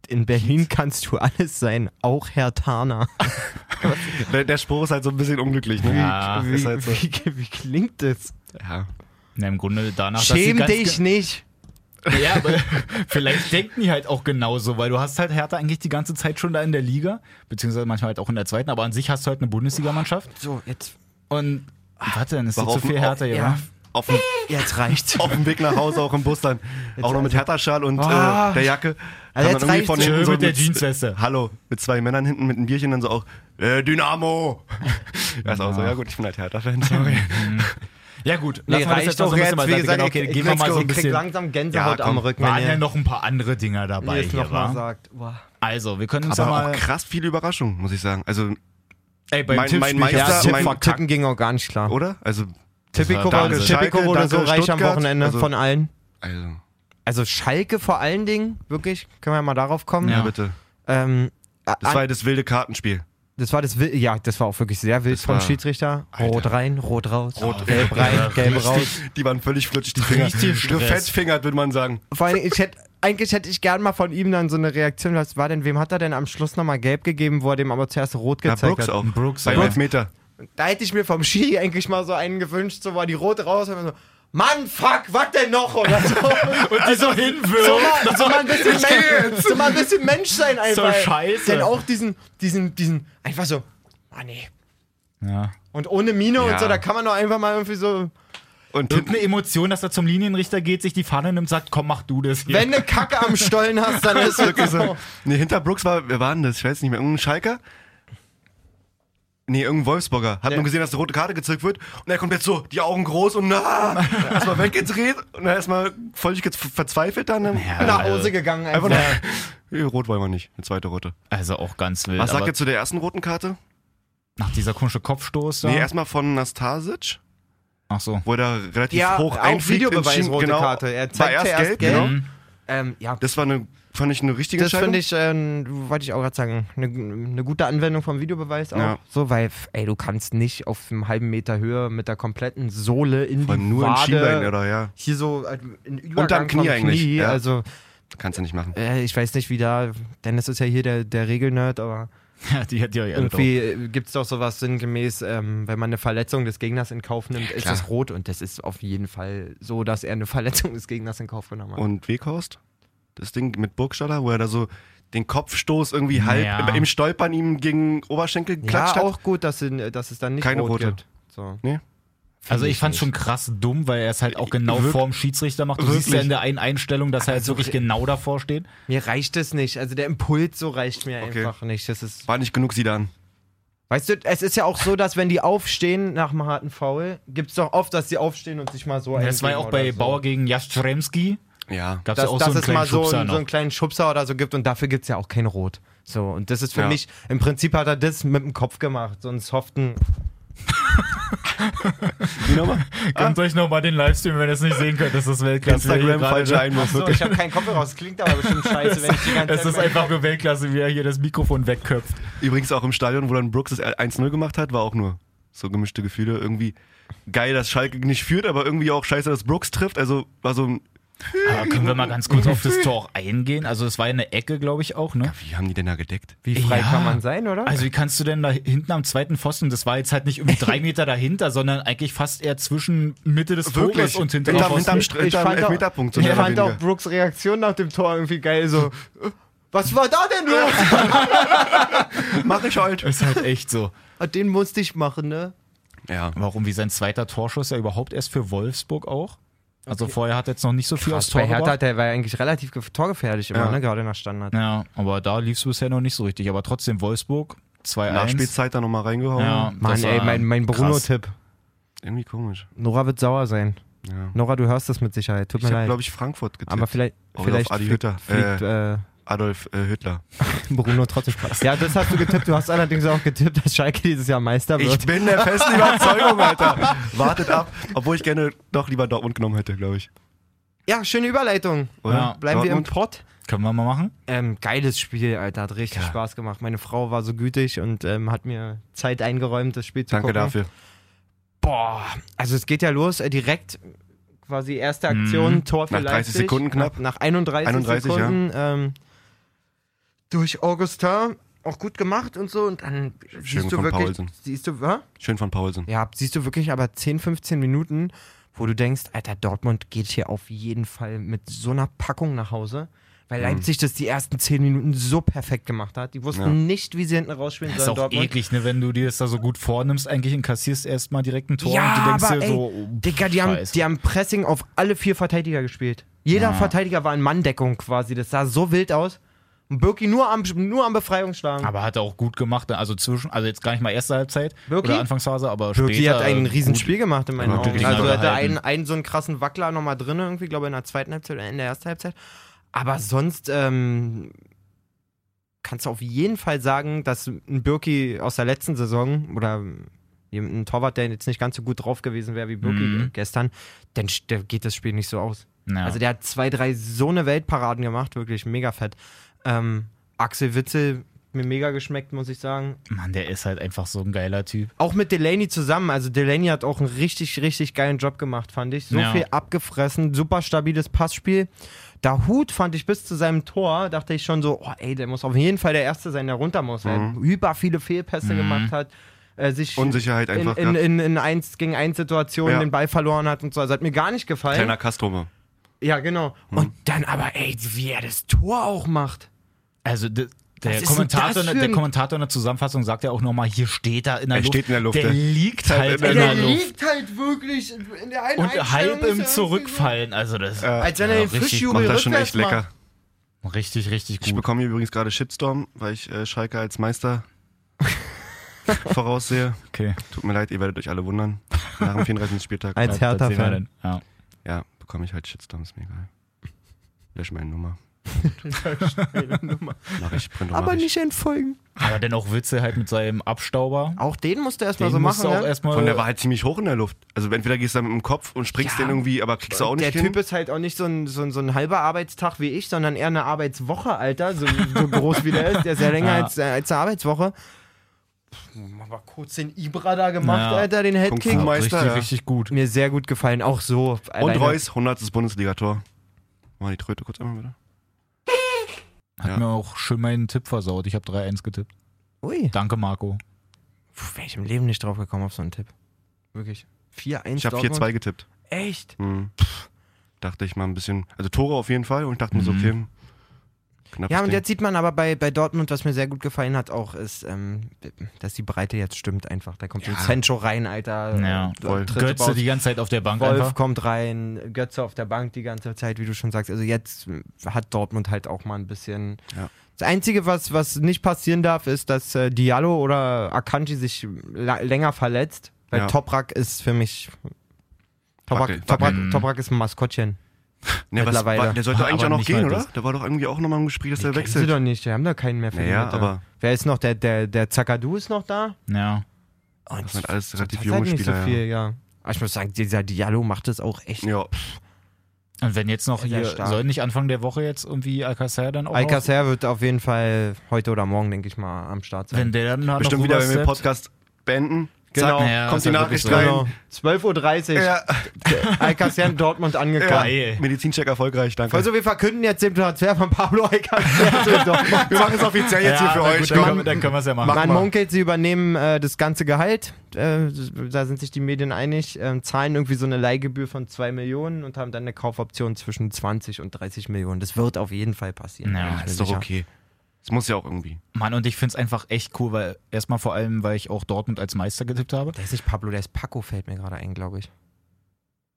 Speaker 4: in Berlin kannst du alles sein, auch Herr Tarner.
Speaker 3: Der, der Spruch ist halt so ein bisschen unglücklich, ne?
Speaker 2: Ja.
Speaker 4: wie,
Speaker 3: ist halt so.
Speaker 4: wie, wie klingt das?
Speaker 3: Ja.
Speaker 2: Na, Im Grunde danach. dass sie
Speaker 4: Schäm
Speaker 2: ganz
Speaker 4: dich nicht.
Speaker 2: ge- Ja, aber vielleicht denken die halt auch genauso, weil du hast halt Hertha eigentlich die ganze Zeit schon da in der Liga, beziehungsweise manchmal halt auch in der zweiten, aber an sich hast du halt eine Bundesligamannschaft.
Speaker 4: So, jetzt,
Speaker 2: Und warte, dann ist das
Speaker 3: Warum-
Speaker 2: zu viel Hertha hier,
Speaker 4: ja.
Speaker 2: wa?
Speaker 3: Auf dem,
Speaker 4: jetzt reicht's.
Speaker 3: auf dem Weg nach Hause, auch im Bus dann. Auch noch mit Hertha-Schal und
Speaker 4: Ah.
Speaker 3: äh, der Jacke.
Speaker 4: Also
Speaker 3: Kam
Speaker 4: jetzt
Speaker 3: dann irgendwie
Speaker 4: reicht's.
Speaker 2: Schön
Speaker 3: hinten so
Speaker 2: mit der Jeansweste.
Speaker 3: Hallo, mit zwei Männern hinten mit einem Bierchen dann so auch, äh, Dynamo. Ja, ist auch so, ja gut, ich bin halt Hertha-Fan, sorry.
Speaker 2: Ja gut,
Speaker 4: Nee,
Speaker 2: lassen wir das
Speaker 4: reicht
Speaker 2: jetzt mal so
Speaker 4: doch
Speaker 2: ein bisschen
Speaker 4: jetzt, wie
Speaker 2: beiseite.
Speaker 4: gesagt,
Speaker 2: Genau,
Speaker 4: ich,
Speaker 2: okay,
Speaker 4: ich,
Speaker 2: gehen wir
Speaker 4: krieg-
Speaker 2: mal so ein
Speaker 4: ich krieg
Speaker 2: bisschen.
Speaker 4: langsam Gänsehaut
Speaker 3: Ja,
Speaker 4: am
Speaker 3: komm,
Speaker 4: Rücken,
Speaker 2: Waren
Speaker 4: wenn
Speaker 2: ja
Speaker 4: ihr-
Speaker 2: noch ein paar andere Dinger dabei
Speaker 4: es
Speaker 2: hier,
Speaker 4: noch
Speaker 2: wa?
Speaker 4: mal sagt. Boah.
Speaker 2: Also, wir können uns ja
Speaker 3: Aber auch
Speaker 2: mal...
Speaker 3: krass viele Überraschungen, muss ich sagen. Also,
Speaker 2: Ey, beim
Speaker 3: mein- mein
Speaker 2: Tippspiel-
Speaker 3: Meister-
Speaker 2: Ja,
Speaker 4: Ja,
Speaker 3: das
Speaker 4: Tipp,
Speaker 3: mein-
Speaker 4: Tippen ging auch gar nicht klar.
Speaker 3: oder? Also,
Speaker 4: Tipico
Speaker 2: war
Speaker 4: wurde,
Speaker 2: Wahnsinn.
Speaker 4: Tipico
Speaker 3: Schalke,
Speaker 4: wurde so
Speaker 3: danke,
Speaker 4: reich am
Speaker 3: Stuttgart.
Speaker 4: Wochenende
Speaker 3: Also-
Speaker 4: von allen.
Speaker 3: also,
Speaker 4: Also Schalke vor allen Dingen, wirklich, können wir mal darauf kommen.
Speaker 3: ja,
Speaker 2: Ja.
Speaker 3: bitte.
Speaker 4: Ähm, äh,
Speaker 3: Das
Speaker 4: an-
Speaker 3: war das wilde Kartenspiel.
Speaker 4: das war das Wi- ja, das war auch wirklich sehr wild
Speaker 3: Das
Speaker 4: vom
Speaker 3: war-
Speaker 4: Schiedsrichter.
Speaker 3: Alter.
Speaker 4: Rot rein, rot raus,
Speaker 3: Rot-
Speaker 4: gelb rein, gelb raus.
Speaker 3: Die waren völlig flutschig, die Finger.
Speaker 2: Richtig Stress.
Speaker 3: Gefettfingert, würde man sagen.
Speaker 4: Vor allen Dingen, ich hätte, eigentlich hätte ich gern mal von ihm dann so eine Reaktion. Was war denn, wem hat er denn am Schluss nochmal gelb gegeben, wo er dem aber zuerst rot
Speaker 3: Ja,
Speaker 4: gezeigt
Speaker 3: Brooks
Speaker 4: hat?
Speaker 3: auch.
Speaker 2: Brooks,
Speaker 3: Beim
Speaker 2: ja.
Speaker 3: Elfmeter.
Speaker 4: Da hätte ich mir vom Schiri eigentlich mal so einen gewünscht, so war die rote raus und dann so, Mann, fuck, was denn noch? Oder so.
Speaker 2: Und die so hinwirft.
Speaker 4: so, mal, so, mal ein bisschen Mensch, so mal ein bisschen Mensch sein einfach.
Speaker 2: scheiße.
Speaker 4: Denn auch diesen, diesen, diesen, einfach so, ah nee.
Speaker 2: Ja.
Speaker 4: Und ohne Mine und
Speaker 3: Ja.
Speaker 4: so, da kann man doch einfach mal irgendwie so,
Speaker 3: Und hinten,
Speaker 2: Irgendeine Emotion, dass er zum Linienrichter geht, sich die Fahne nimmt, sagt, komm, mach du das hier.
Speaker 4: wenn du Kacke am Stollen hast, dann ist wirklich so.
Speaker 3: Also, nee, hinter Brooks war, wer war denn das? Ich weiß nicht mehr. Irgendein Schalker? Nee, irgendein Wolfsburger. Hat
Speaker 4: Ja.
Speaker 3: nur gesehen, dass die rote Karte gezückt wird. Und er kommt jetzt so, die Augen groß und na, erstmal weggedreht. Und dann erstmal völlig gez- verzweifelt dann.
Speaker 2: Ja,
Speaker 4: Nach
Speaker 2: also-
Speaker 4: Hause gegangen
Speaker 3: Einfach
Speaker 4: einfach.
Speaker 3: nur, Nee, rot wollen wir nicht. Eine zweite rote.
Speaker 2: Also auch ganz wild.
Speaker 3: Was sagt
Speaker 2: aber
Speaker 3: ihr zu der ersten roten Karte?
Speaker 2: nach dieser komische Kopfstoß da?
Speaker 3: Nee, erstmal von Nastasic,
Speaker 2: Ach so.
Speaker 3: wo er relativ
Speaker 4: Ja,
Speaker 3: hoch
Speaker 4: auch
Speaker 3: einfliegt. im
Speaker 4: Videobeweis,
Speaker 3: Schienen-
Speaker 4: rote
Speaker 3: genau,
Speaker 4: Karte. Er zeigt
Speaker 3: war erst
Speaker 4: zuerst
Speaker 3: gelb,
Speaker 4: gelb.
Speaker 3: genau.
Speaker 2: Mhm.
Speaker 4: Ähm, ja.
Speaker 3: Das war eine, fand ich eine richtige
Speaker 4: Das
Speaker 3: Entscheidung.
Speaker 4: finde ich, ähm, wollte ich auch gerade sagen, eine eine gute Anwendung vom Videobeweis auch.
Speaker 3: Ja.
Speaker 4: So, weil, f- ey, du kannst nicht auf einem halben Meter Höhe mit der kompletten Sohle in
Speaker 3: War
Speaker 4: die
Speaker 3: nur ein
Speaker 4: Wade,
Speaker 3: Schienbein, oder ja.
Speaker 4: hier so äh, in Übergang
Speaker 3: Knie
Speaker 4: vom
Speaker 3: eigentlich,
Speaker 4: Knie,
Speaker 3: ja.
Speaker 4: also
Speaker 3: Kannst du nicht machen.
Speaker 4: äh, ich weiß nicht, wie da, Dennis ist ja hier der, der Regelnerd, aber
Speaker 2: Ja, die hat ja alle drauf.
Speaker 4: irgendwie gibt es doch sowas sinngemäß, ähm, wenn man eine Verletzung des Gegners in Kauf nimmt, ist
Speaker 3: klar.
Speaker 4: es rot und das ist auf jeden Fall so, dass er eine Verletzung des Gegners in Kauf genommen hat.
Speaker 3: Und Weghorst, das Ding mit Burgstaller, wo er da so den Kopfstoß irgendwie halb
Speaker 2: Ja.
Speaker 3: im Stolpern ihm gegen Oberschenkel klatscht
Speaker 4: ja,
Speaker 3: hat.
Speaker 4: auch gut, dass, sie- dass es dann nicht
Speaker 3: Keine
Speaker 4: rot
Speaker 3: rote.
Speaker 4: gibt. So.
Speaker 2: Also ich
Speaker 4: ich
Speaker 2: fand's
Speaker 4: nicht. Äh,
Speaker 2: schon krass dumm, weil er es halt auch genau
Speaker 3: Wirk-
Speaker 2: vorm Schiedsrichter macht. Du siehst
Speaker 3: Wirklich.
Speaker 2: ja in der einen Einstellung, dass er jetzt
Speaker 4: Also,
Speaker 2: wirklich
Speaker 4: äh,
Speaker 2: genau davor steht.
Speaker 4: Mir reicht es nicht. Also der Impuls so reicht mir
Speaker 3: Okay.
Speaker 4: einfach nicht. Das ist,
Speaker 3: War nicht genug Sidan.
Speaker 4: weißt du, es ist ja auch so, dass wenn die aufstehen nach einem harten Foul, gibt es doch oft, dass die aufstehen und sich mal so
Speaker 2: Das war ja
Speaker 4: eingeben
Speaker 2: auch bei
Speaker 4: oder so.
Speaker 2: Bauer gegen Jastremski.
Speaker 3: Ja.
Speaker 2: Gab's ja
Speaker 4: dass,
Speaker 2: auch
Speaker 4: dass
Speaker 2: so einen
Speaker 4: es mal
Speaker 2: kleinen
Speaker 4: so,
Speaker 2: Schubser
Speaker 4: einen- so
Speaker 2: noch.
Speaker 4: einen kleinen Schubser oder so gibt und dafür gibt es ja auch kein Rot. So, und das ist für
Speaker 3: Ja.
Speaker 4: mich, im Prinzip hat er das mit dem Kopf gemacht, so einen soften.
Speaker 3: Wie nochmal?
Speaker 4: ah.
Speaker 2: Könnt euch nochmal den Livestream, wenn ihr es nicht sehen könnt. Das ist Weltklasse. wie er hier
Speaker 3: Instagram
Speaker 2: gerade-
Speaker 3: falscher Einwurf.
Speaker 4: So,
Speaker 3: wirklich.
Speaker 4: ich habe keinen Kopf raus, klingt aber bestimmt scheiße, wenn ich die ganze
Speaker 2: Es
Speaker 4: Zeit.
Speaker 2: ist
Speaker 4: mein-
Speaker 2: einfach nur Weltklasse, wie er hier das Mikrofon wegköpft.
Speaker 3: Übrigens auch im Stadion, wo dann Brooks das 1-0 gemacht hat, war auch nur So gemischte Gefühle. Irgendwie geil, dass Schalke nicht führt, aber irgendwie auch scheiße, dass Brooks trifft. Also war so ein.
Speaker 2: Aber können wir mal ganz kurz auf das Tor auch eingehen? Also es war ja eine Ecke, glaube ich, auch, ne?
Speaker 3: Wie haben die denn da gedeckt?
Speaker 4: Wie frei
Speaker 2: Ja.
Speaker 4: kann man sein, oder?
Speaker 2: Also wie kannst du denn da hinten am zweiten Pfosten, das war jetzt halt nicht irgendwie drei Meter dahinter, sondern eigentlich fast eher zwischen Mitte des Tores und hinterm
Speaker 3: hinterm,
Speaker 2: Pfosten.
Speaker 3: hinterm, Str-
Speaker 4: Ich
Speaker 3: hinterm
Speaker 4: fand auch-
Speaker 3: Elfmeterpunkt. so
Speaker 4: ich
Speaker 3: mehr oder
Speaker 4: fand auch
Speaker 3: weniger.
Speaker 4: Brooks Reaktion nach dem Tor irgendwie geil, so. äh, Was war da denn los?
Speaker 3: Mach ich heute.
Speaker 2: Ist halt echt so.
Speaker 4: Den musste ich machen, ne?
Speaker 3: Ja.
Speaker 2: Warum, wie sein zweiter Torschuss ja überhaupt erst für Wolfsburg auch? Also vorher hat er jetzt noch nicht so viel aufs
Speaker 4: Krass,
Speaker 2: Tor
Speaker 4: bei Hertha
Speaker 2: gebracht.
Speaker 4: der war ja eigentlich relativ ge- torgefährlich immer,
Speaker 3: Ja.
Speaker 4: ne? Gerade nach Standard.
Speaker 2: Ja, aber da lief es bisher noch nicht so richtig. Aber trotzdem Wolfsburg 2-1.
Speaker 3: Nachspielzeit da nochmal reingehauen.
Speaker 2: Ja,
Speaker 4: Mann,
Speaker 2: das
Speaker 4: ey,
Speaker 2: war
Speaker 4: mein, mein
Speaker 2: krass.
Speaker 4: Bruno-Tipp.
Speaker 3: Irgendwie komisch.
Speaker 4: Nora wird sauer sein.
Speaker 3: Ja.
Speaker 4: Nora, du hörst das mit Sicherheit. Tut mir
Speaker 3: Ich habe,
Speaker 4: leid.
Speaker 3: glaube ich, Frankfurt getippt.
Speaker 4: Aber vielleicht,
Speaker 3: Oder
Speaker 4: vielleicht
Speaker 3: auf Adi
Speaker 4: fliegt,
Speaker 3: Hütter.
Speaker 4: fliegt äh,
Speaker 3: Adolf äh, Hitler.
Speaker 4: Bruno trotzdem Spaß. Ja, das hast du getippt. Du hast allerdings auch getippt, dass Schalke dieses Jahr Meister wird.
Speaker 3: Ich bin der festen Überzeugung, Alter. Wartet ab. Obwohl ich gerne doch lieber Dortmund genommen hätte, glaube ich.
Speaker 4: ja, schöne Überleitung.
Speaker 3: Oder?
Speaker 2: Ja.
Speaker 4: Bleiben wir im
Speaker 3: Dortmund?
Speaker 4: Pott.
Speaker 2: Können wir mal machen?
Speaker 4: Ähm, geiles Spiel, Alter. Hat richtig Spaß gemacht. Meine Frau war so gütig und ähm, hat mir Zeit eingeräumt, das Spiel zu
Speaker 3: Danke
Speaker 4: gucken.
Speaker 3: dafür.
Speaker 4: Boah, also es geht ja los, äh, direkt quasi erste Aktion, Tor für
Speaker 3: Mhm. Nach 30
Speaker 4: Leipzig.
Speaker 3: Sekunden knapp.
Speaker 4: Nach, nach 31,
Speaker 3: 31,
Speaker 4: Sekunden. Ähm, durch Augustin, auch gut gemacht und so. Und dann siehst du
Speaker 3: von
Speaker 4: wirklich,
Speaker 3: Paulsen.
Speaker 4: siehst du, hä?
Speaker 3: Schön von Paulsen.
Speaker 4: ja, siehst du wirklich aber 10, 15 Minuten, wo du denkst, Alter, Dortmund geht hier auf jeden Fall mit so einer Packung nach Hause. Weil
Speaker 3: Mhm.
Speaker 4: Leipzig das die ersten 10 Minuten so perfekt gemacht hat. Die wussten
Speaker 3: Ja.
Speaker 4: nicht, wie sie hinten rausspielen
Speaker 2: Das ist
Speaker 4: sollen.
Speaker 2: auch
Speaker 4: Dortmund.
Speaker 2: eklig, ne, wenn du dir das da so gut vornimmst, eigentlich inkassierst erstmal direkt ein Tor
Speaker 4: Ja,
Speaker 2: und du denkst
Speaker 4: aber
Speaker 2: dir
Speaker 4: ey,
Speaker 2: so, oh,
Speaker 4: Digga, die haben,
Speaker 2: Scheiße.
Speaker 4: die haben Pressing auf alle vier Verteidiger gespielt. Jeder Verteidiger war in Manndeckung quasi. Das sah so wild aus. Und Birki nur am, nur am Befreiungsschlagen.
Speaker 2: aber hat er auch gut gemacht, ne? also zwischen, also jetzt gar nicht mal erste Halbzeit
Speaker 4: Wirklich?
Speaker 2: oder Anfangsphase, aber
Speaker 4: Birki
Speaker 2: später.
Speaker 4: hat ein
Speaker 2: äh,
Speaker 4: Riesenspiel gemacht in meinen
Speaker 3: Ja, gute
Speaker 4: Augen.
Speaker 3: Dinger
Speaker 4: Also er hatte
Speaker 2: gehalten.
Speaker 4: einen, einen so einen krassen Wackler nochmal drin, irgendwie, glaube ich, in der zweiten Halbzeit oder in der ersten Halbzeit. Aber sonst ähm, kannst du auf jeden Fall sagen, dass ein Birki aus der letzten Saison oder ein Torwart, der jetzt nicht ganz so gut drauf gewesen wäre wie Birki
Speaker 2: Mhm.
Speaker 4: gestern, dann der geht das Spiel nicht so aus.
Speaker 2: Gut. Ja.
Speaker 4: Also der hat zwei, drei so eine Weltparaden gemacht, wirklich mega fett. Ähm, Axel Witzel, mir mega geschmeckt, muss ich sagen.
Speaker 2: Mann, der ist halt einfach so ein geiler Typ.
Speaker 4: Auch mit Delaney zusammen, also Delaney hat auch einen richtig, richtig geilen Job gemacht, fand ich. So
Speaker 2: Ja.
Speaker 4: viel abgefressen, super stabiles Passspiel. Da Hut fand ich bis zu seinem Tor, dachte ich schon so, oh, ey, der muss auf jeden Fall der Erste sein, der runter muss, weil er über viele Fehlpässe gemacht hat. Äh, sich
Speaker 3: Unsicherheit
Speaker 4: in,
Speaker 3: einfach.
Speaker 4: in,
Speaker 3: gehabt.
Speaker 4: in, in 1 gegen 1 Situationen
Speaker 3: Ja.
Speaker 4: den Ball verloren hat und so. Also hat mir gar nicht gefallen.
Speaker 3: Kleiner Kastrome.
Speaker 4: Ja, genau. Und dann aber, ey, wie er das Tor auch macht.
Speaker 2: Also de,
Speaker 4: Was
Speaker 2: der,
Speaker 4: ist denn
Speaker 2: Kommentator,
Speaker 4: das
Speaker 2: in-
Speaker 4: für
Speaker 2: der
Speaker 4: ein-
Speaker 2: Kommentator in der Zusammenfassung sagt ja auch nochmal, hier steht er in der
Speaker 3: Er
Speaker 2: Luft.
Speaker 3: steht in der Luft,
Speaker 2: Der
Speaker 3: ja.
Speaker 2: liegt halt in der
Speaker 3: in
Speaker 4: Der
Speaker 2: Luft.
Speaker 4: liegt halt wirklich in der einen
Speaker 2: Und
Speaker 4: Einstellung
Speaker 2: halb
Speaker 4: ist
Speaker 2: im
Speaker 4: er
Speaker 2: Zurückfallen. Also das
Speaker 4: irgendwie- Als wenn er
Speaker 2: Ja,
Speaker 4: den
Speaker 2: richtig,
Speaker 4: Fischjubel
Speaker 3: Macht das
Speaker 4: rückwärts
Speaker 3: schon echt lecker.
Speaker 4: macht.
Speaker 2: richtig, richtig
Speaker 3: Ich
Speaker 2: gut.
Speaker 3: bekomme hier übrigens gerade Shitstorm, weil ich äh, Schalke als Meister voraussehe.
Speaker 2: Okay.
Speaker 3: Tut mir leid, ihr werdet euch alle wundern. Nach dem 34. Spieltag.
Speaker 4: Als
Speaker 2: Ja, das sehen wir
Speaker 4: Hertha-Fan.
Speaker 2: dann. Ja.
Speaker 3: Ja, bekomme ich halt Shitstorm, ist mir egal. Lösch meine Nummer. Mach ich, print
Speaker 4: Aber nicht entfolgen.
Speaker 2: Aber dann auch Witze halt mit seinem Abstauber.
Speaker 4: Auch den musst du erstmal
Speaker 2: Den
Speaker 4: so
Speaker 2: musst
Speaker 4: machen.
Speaker 2: du auch
Speaker 4: ne?
Speaker 2: erstmal.
Speaker 3: Und der war halt ziemlich hoch in der Luft. Also entweder gehst du dann mit dem Kopf und springst
Speaker 4: Ja.
Speaker 3: den irgendwie, aber kriegst du auch
Speaker 4: Der
Speaker 3: nicht hin.
Speaker 4: Typ ist halt auch nicht so ein, so, ein, so ein halber Arbeitstag wie ich, sondern eher eine Arbeitswoche, Alter. So, so groß wie der ist. Der ist ja länger
Speaker 2: Ja.
Speaker 4: als, äh, als eine Arbeitswoche. Pff, Mal kurz den Ibra da gemacht,
Speaker 2: Ja.
Speaker 4: Alter, den
Speaker 3: Kung Fu
Speaker 4: Headkick.
Speaker 3: Meister,
Speaker 2: richtig,
Speaker 3: ja.
Speaker 2: richtig gut.
Speaker 4: Mir sehr gut gefallen, auch so.
Speaker 3: Und
Speaker 4: alleine-
Speaker 3: Reus, 100. Bundesligator. Mal die Tröte kurz einmal wieder.
Speaker 2: Hat
Speaker 3: Ja.
Speaker 2: mir auch schön meinen Tipp versaut. Ich habe 3-1 getippt.
Speaker 4: Ui.
Speaker 2: Danke, Marco.
Speaker 4: Puh, wäre ich im Leben nicht drauf gekommen auf so einen Tipp. Wirklich. 4-1
Speaker 3: Ich habe
Speaker 4: Dortmund.
Speaker 3: 4-2 getippt.
Speaker 4: Echt?
Speaker 3: Hm. Dachte ich mal ein bisschen. Also Tore auf jeden Fall und ich dachte mir so, okay.
Speaker 4: Mhm.
Speaker 3: Knapp
Speaker 4: Ja, und jetzt sieht man aber bei, bei Dortmund, was mir sehr gut gefallen hat, auch ist, ähm, dass die Breite jetzt stimmt einfach. Da kommt so ein Sancho rein, Alter.
Speaker 2: Ja,
Speaker 4: Äh,
Speaker 3: voll.
Speaker 4: tritt
Speaker 2: Götze
Speaker 4: raus.
Speaker 2: die ganze Zeit auf der Bank
Speaker 4: Wolf
Speaker 2: einfach.
Speaker 4: kommt rein, Götze auf der Bank die ganze Zeit, wie du schon sagst. Also jetzt äh, hat Dortmund halt auch mal ein bisschen.
Speaker 3: Ja.
Speaker 4: Das Einzige, was, was nicht passieren darf, ist, dass äh, Diallo oder Akanji sich la- länger verletzt. Weil
Speaker 3: Ja.
Speaker 4: Toprak ist für mich. Toprak,
Speaker 3: Wackel-
Speaker 4: Toprak,
Speaker 2: Wackel.
Speaker 4: Toprak ist ein Maskottchen.
Speaker 3: ne, was,
Speaker 4: mittlerweile.
Speaker 3: war, Der sollte
Speaker 2: Aber
Speaker 3: eigentlich auch noch
Speaker 2: nicht mal
Speaker 3: gehen, oder?
Speaker 2: das.
Speaker 3: Der war doch irgendwie auch nochmal im Gespräch, dass der
Speaker 4: Sind sie
Speaker 3: wechselt.
Speaker 4: doch nicht, Also, wir haben da keinen mehr für die
Speaker 3: Naja,
Speaker 4: Mitte.
Speaker 3: aber
Speaker 4: Wer ist noch? Der, der, der Zakadu ist noch da?
Speaker 2: Ja.
Speaker 4: Und
Speaker 3: das sind alles relativ
Speaker 4: das
Speaker 3: junge
Speaker 4: halt nicht
Speaker 3: Spieler.
Speaker 4: so
Speaker 3: ja.
Speaker 4: viel, ja. Aber ich muss sagen, dieser Diallo macht das auch echt.
Speaker 3: Ja,
Speaker 2: Und wenn jetzt noch
Speaker 4: Sehr, sehr
Speaker 2: hier,
Speaker 4: stark.
Speaker 2: soll nicht Anfang der Woche jetzt irgendwie Alcacer dann auch noch,
Speaker 4: Alcacer wird auf jeden Fall heute oder morgen, denke ich mal, am Start sein.
Speaker 2: wenn der dann noch
Speaker 3: bestimmt wieder, wenn wir den
Speaker 2: rübersteppt,
Speaker 3: Podcast beenden, Genau,
Speaker 2: Ja, ja,
Speaker 3: kommt
Speaker 2: ist
Speaker 3: die
Speaker 2: halt
Speaker 3: Nachricht
Speaker 2: wirklich
Speaker 3: rein.
Speaker 4: 12.30 Genau. Uhr.
Speaker 3: Ja,
Speaker 4: Alcacer Dortmund angekommen.
Speaker 3: ja. eh. Medizincheck erfolgreich, danke.
Speaker 4: Also wir verkünden jetzt den Transfer von Pablo Alcacer zu Dortmund.
Speaker 3: wir machen es offiziell jetzt hier für
Speaker 2: na
Speaker 3: euch.
Speaker 2: Gut, dann,
Speaker 3: komm.
Speaker 2: können, wir- dann können wir es ja machen.
Speaker 3: Mach
Speaker 4: Man
Speaker 3: mal.
Speaker 4: munkelt, sie übernehmen äh, das ganze Gehalt. Äh, da sind sich die Medien einig. ähm, zahlen irgendwie so eine Leihgebühr von 2 Millionen und haben dann eine Kaufoption zwischen 20 und 30 Millionen. Das wird auf jeden Fall passieren.
Speaker 2: Ja,
Speaker 4: bin ich mir
Speaker 3: ist doch
Speaker 4: sicher.
Speaker 3: okay. Es muss ja auch irgendwie.
Speaker 2: Mann, und ich finde es einfach echt cool, weil erstmal vor allem, weil ich auch Dortmund als Meister getippt habe.
Speaker 4: Der ist nicht Pablo, der ist Paco, fällt mir gerade ein, glaube ich.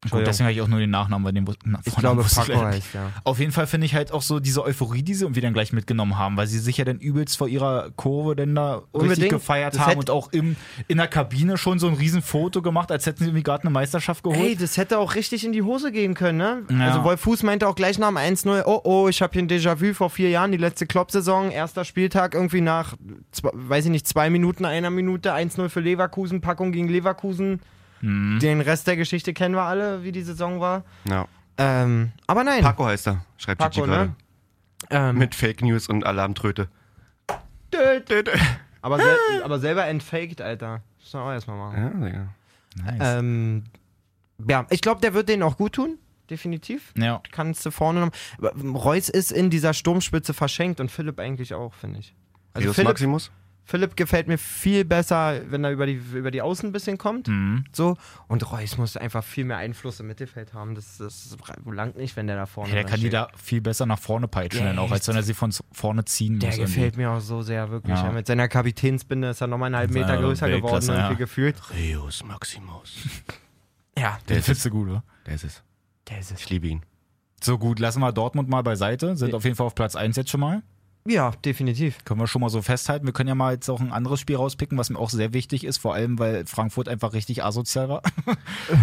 Speaker 2: Gut,
Speaker 4: Entschuldigung.
Speaker 2: deswegen habe ich auch nur den Nachnamen bei dem wus- na,
Speaker 4: Ich
Speaker 2: Vornamen
Speaker 4: glaube,
Speaker 2: wusste
Speaker 4: Paco
Speaker 2: leider nicht.
Speaker 4: heißt, ja.
Speaker 2: Auf jeden Fall finde ich halt auch so diese Euphorie, die sie irgendwie dann gleich mitgenommen haben, weil sie sich ja dann übelst vor ihrer Kurve dann da richtig
Speaker 4: Unbedingt.
Speaker 2: gefeiert
Speaker 4: Das
Speaker 2: haben
Speaker 4: hätte-
Speaker 2: und auch im, in der Kabine schon so ein Riesenfoto gemacht, als hätten sie irgendwie gerade eine Meisterschaft geholt.
Speaker 4: Ey, das hätte auch richtig in die Hose gehen können, ne?
Speaker 2: Ja.
Speaker 4: Also Wolf Fuß meinte auch gleich nach dem 1-0, oh oh, ich habe hier ein Déjà-vu vor vier Jahren, die letzte Klopp-Saison, erster Spieltag irgendwie nach, zwei, weiß ich nicht, zwei Minuten, einer Minute, 1-0 für Leverkusen, Packung gegen Leverkusen.
Speaker 3: Mhm.
Speaker 4: Den Rest der Geschichte kennen wir alle, wie die Saison war.
Speaker 3: Ja.
Speaker 4: Ähm, aber nein,
Speaker 3: Paco ne? heißt er, schreibt
Speaker 4: Paco,
Speaker 3: Gigi gerade.
Speaker 4: ne? Ähm,
Speaker 3: Mit Fake News und Alarmtröte.
Speaker 4: Dö, dö.
Speaker 3: Dö, dö.
Speaker 4: aber, sel aber selber entfaked, Alter. Das soll auch erstmal machen.
Speaker 3: Ja, Digga.
Speaker 2: nice.
Speaker 4: Ähm, ja, ich glaube, der wird denen auch gut tun, definitiv.
Speaker 2: ja.
Speaker 4: kannst du vorne noch. Aber Reus ist in dieser Sturmspitze verschenkt und Philipp eigentlich auch, finde ich. Also
Speaker 3: Deus
Speaker 4: Philipp,
Speaker 3: Maximus?
Speaker 4: Philipp gefällt mir viel besser, wenn er über die, über die Außen ein bisschen kommt.
Speaker 2: Mhm.
Speaker 4: So. Und Reus muss einfach viel mehr Einfluss im Mittelfeld haben. Das, das langt nicht, wenn der da vorne
Speaker 2: Ja, der
Speaker 4: drin
Speaker 2: kann die
Speaker 4: steht.
Speaker 2: da viel besser nach vorne peitschen, dann auch, als wenn er sie von vorne ziehen
Speaker 4: Der
Speaker 2: muss.
Speaker 4: gefällt mir auch so sehr, wirklich.
Speaker 2: Ja.
Speaker 4: Ja. mit seiner Kapitänsbinde ist er nochmal einen halben
Speaker 2: Mit
Speaker 4: Meter
Speaker 2: seiner
Speaker 4: größer geworden,
Speaker 2: Weltklasse,
Speaker 4: irgendwie
Speaker 2: ja.
Speaker 4: gefühlt.
Speaker 3: Deus Maximus.
Speaker 4: Ja,
Speaker 2: Der findest du gut, oder?
Speaker 3: Der ist es.
Speaker 4: der ist es.
Speaker 3: Ich liebe ihn.
Speaker 2: So gut, lassen wir Dortmund mal beiseite. Sind auf jeden Fall auf Platz 1 jetzt schon mal.
Speaker 4: Ja, definitiv.
Speaker 2: Können wir schon mal so festhalten. Wir können ja mal jetzt auch ein anderes Spiel rauspicken, was mir auch sehr wichtig ist, vor allem, weil Frankfurt einfach richtig asozial war.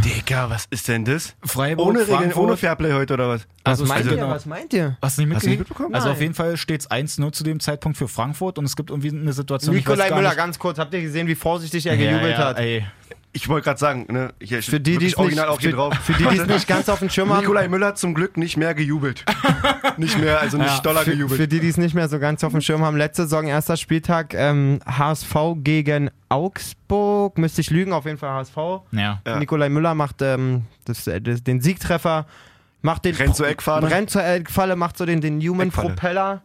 Speaker 3: Digga, was ist denn das?
Speaker 2: Freiburg,
Speaker 3: Ohne Regeln,
Speaker 2: Frankfurt.
Speaker 3: ohne Fairplay heute oder was?
Speaker 4: Was
Speaker 2: Also,
Speaker 4: meint
Speaker 2: also,
Speaker 4: ihr? Was meint ihr?
Speaker 2: Hast du nicht
Speaker 3: Hast du
Speaker 2: mitgekriegt?
Speaker 3: nicht mitbekommen?
Speaker 2: Also
Speaker 4: Nein.
Speaker 2: auf jeden Fall steht es 1-0 zu dem Zeitpunkt für Frankfurt und es gibt irgendwie eine Situation. ich weiß
Speaker 4: Nikolai
Speaker 2: gar
Speaker 4: Müller,
Speaker 2: nicht-
Speaker 4: ganz kurz, habt ihr gesehen, wie vorsichtig er gejubelt
Speaker 2: ja, ja,
Speaker 4: hat?
Speaker 2: Ey.
Speaker 3: Ich wollte gerade sagen, ne? Hier steht
Speaker 4: Für die, die
Speaker 3: wirklich
Speaker 4: es
Speaker 3: original
Speaker 4: nicht-
Speaker 3: auf hier
Speaker 4: für-
Speaker 3: drauf.
Speaker 4: Für die, die es nicht ganz auf dem Schirm haben.
Speaker 3: Nikolai Müller zum Glück nicht mehr gejubelt. nicht mehr, also nicht
Speaker 2: Ja,
Speaker 3: doller
Speaker 4: Für,
Speaker 3: gejubelt.
Speaker 4: für die, die es nicht mehr so ganz auf dem Schirm haben, letzte Saison, erster Spieltag, ähm, HSV gegen Augsburg. Müsste ich lügen, auf jeden Fall HSV.
Speaker 2: Ja.
Speaker 3: Ja.
Speaker 4: Nikolai Müller macht ähm, das, äh, das, den Siegtreffer, macht den
Speaker 3: Rennt zur Eckfahne.
Speaker 4: rennt zur Eckfalle, macht so den, den Human
Speaker 3: Eckfalle.
Speaker 4: Propeller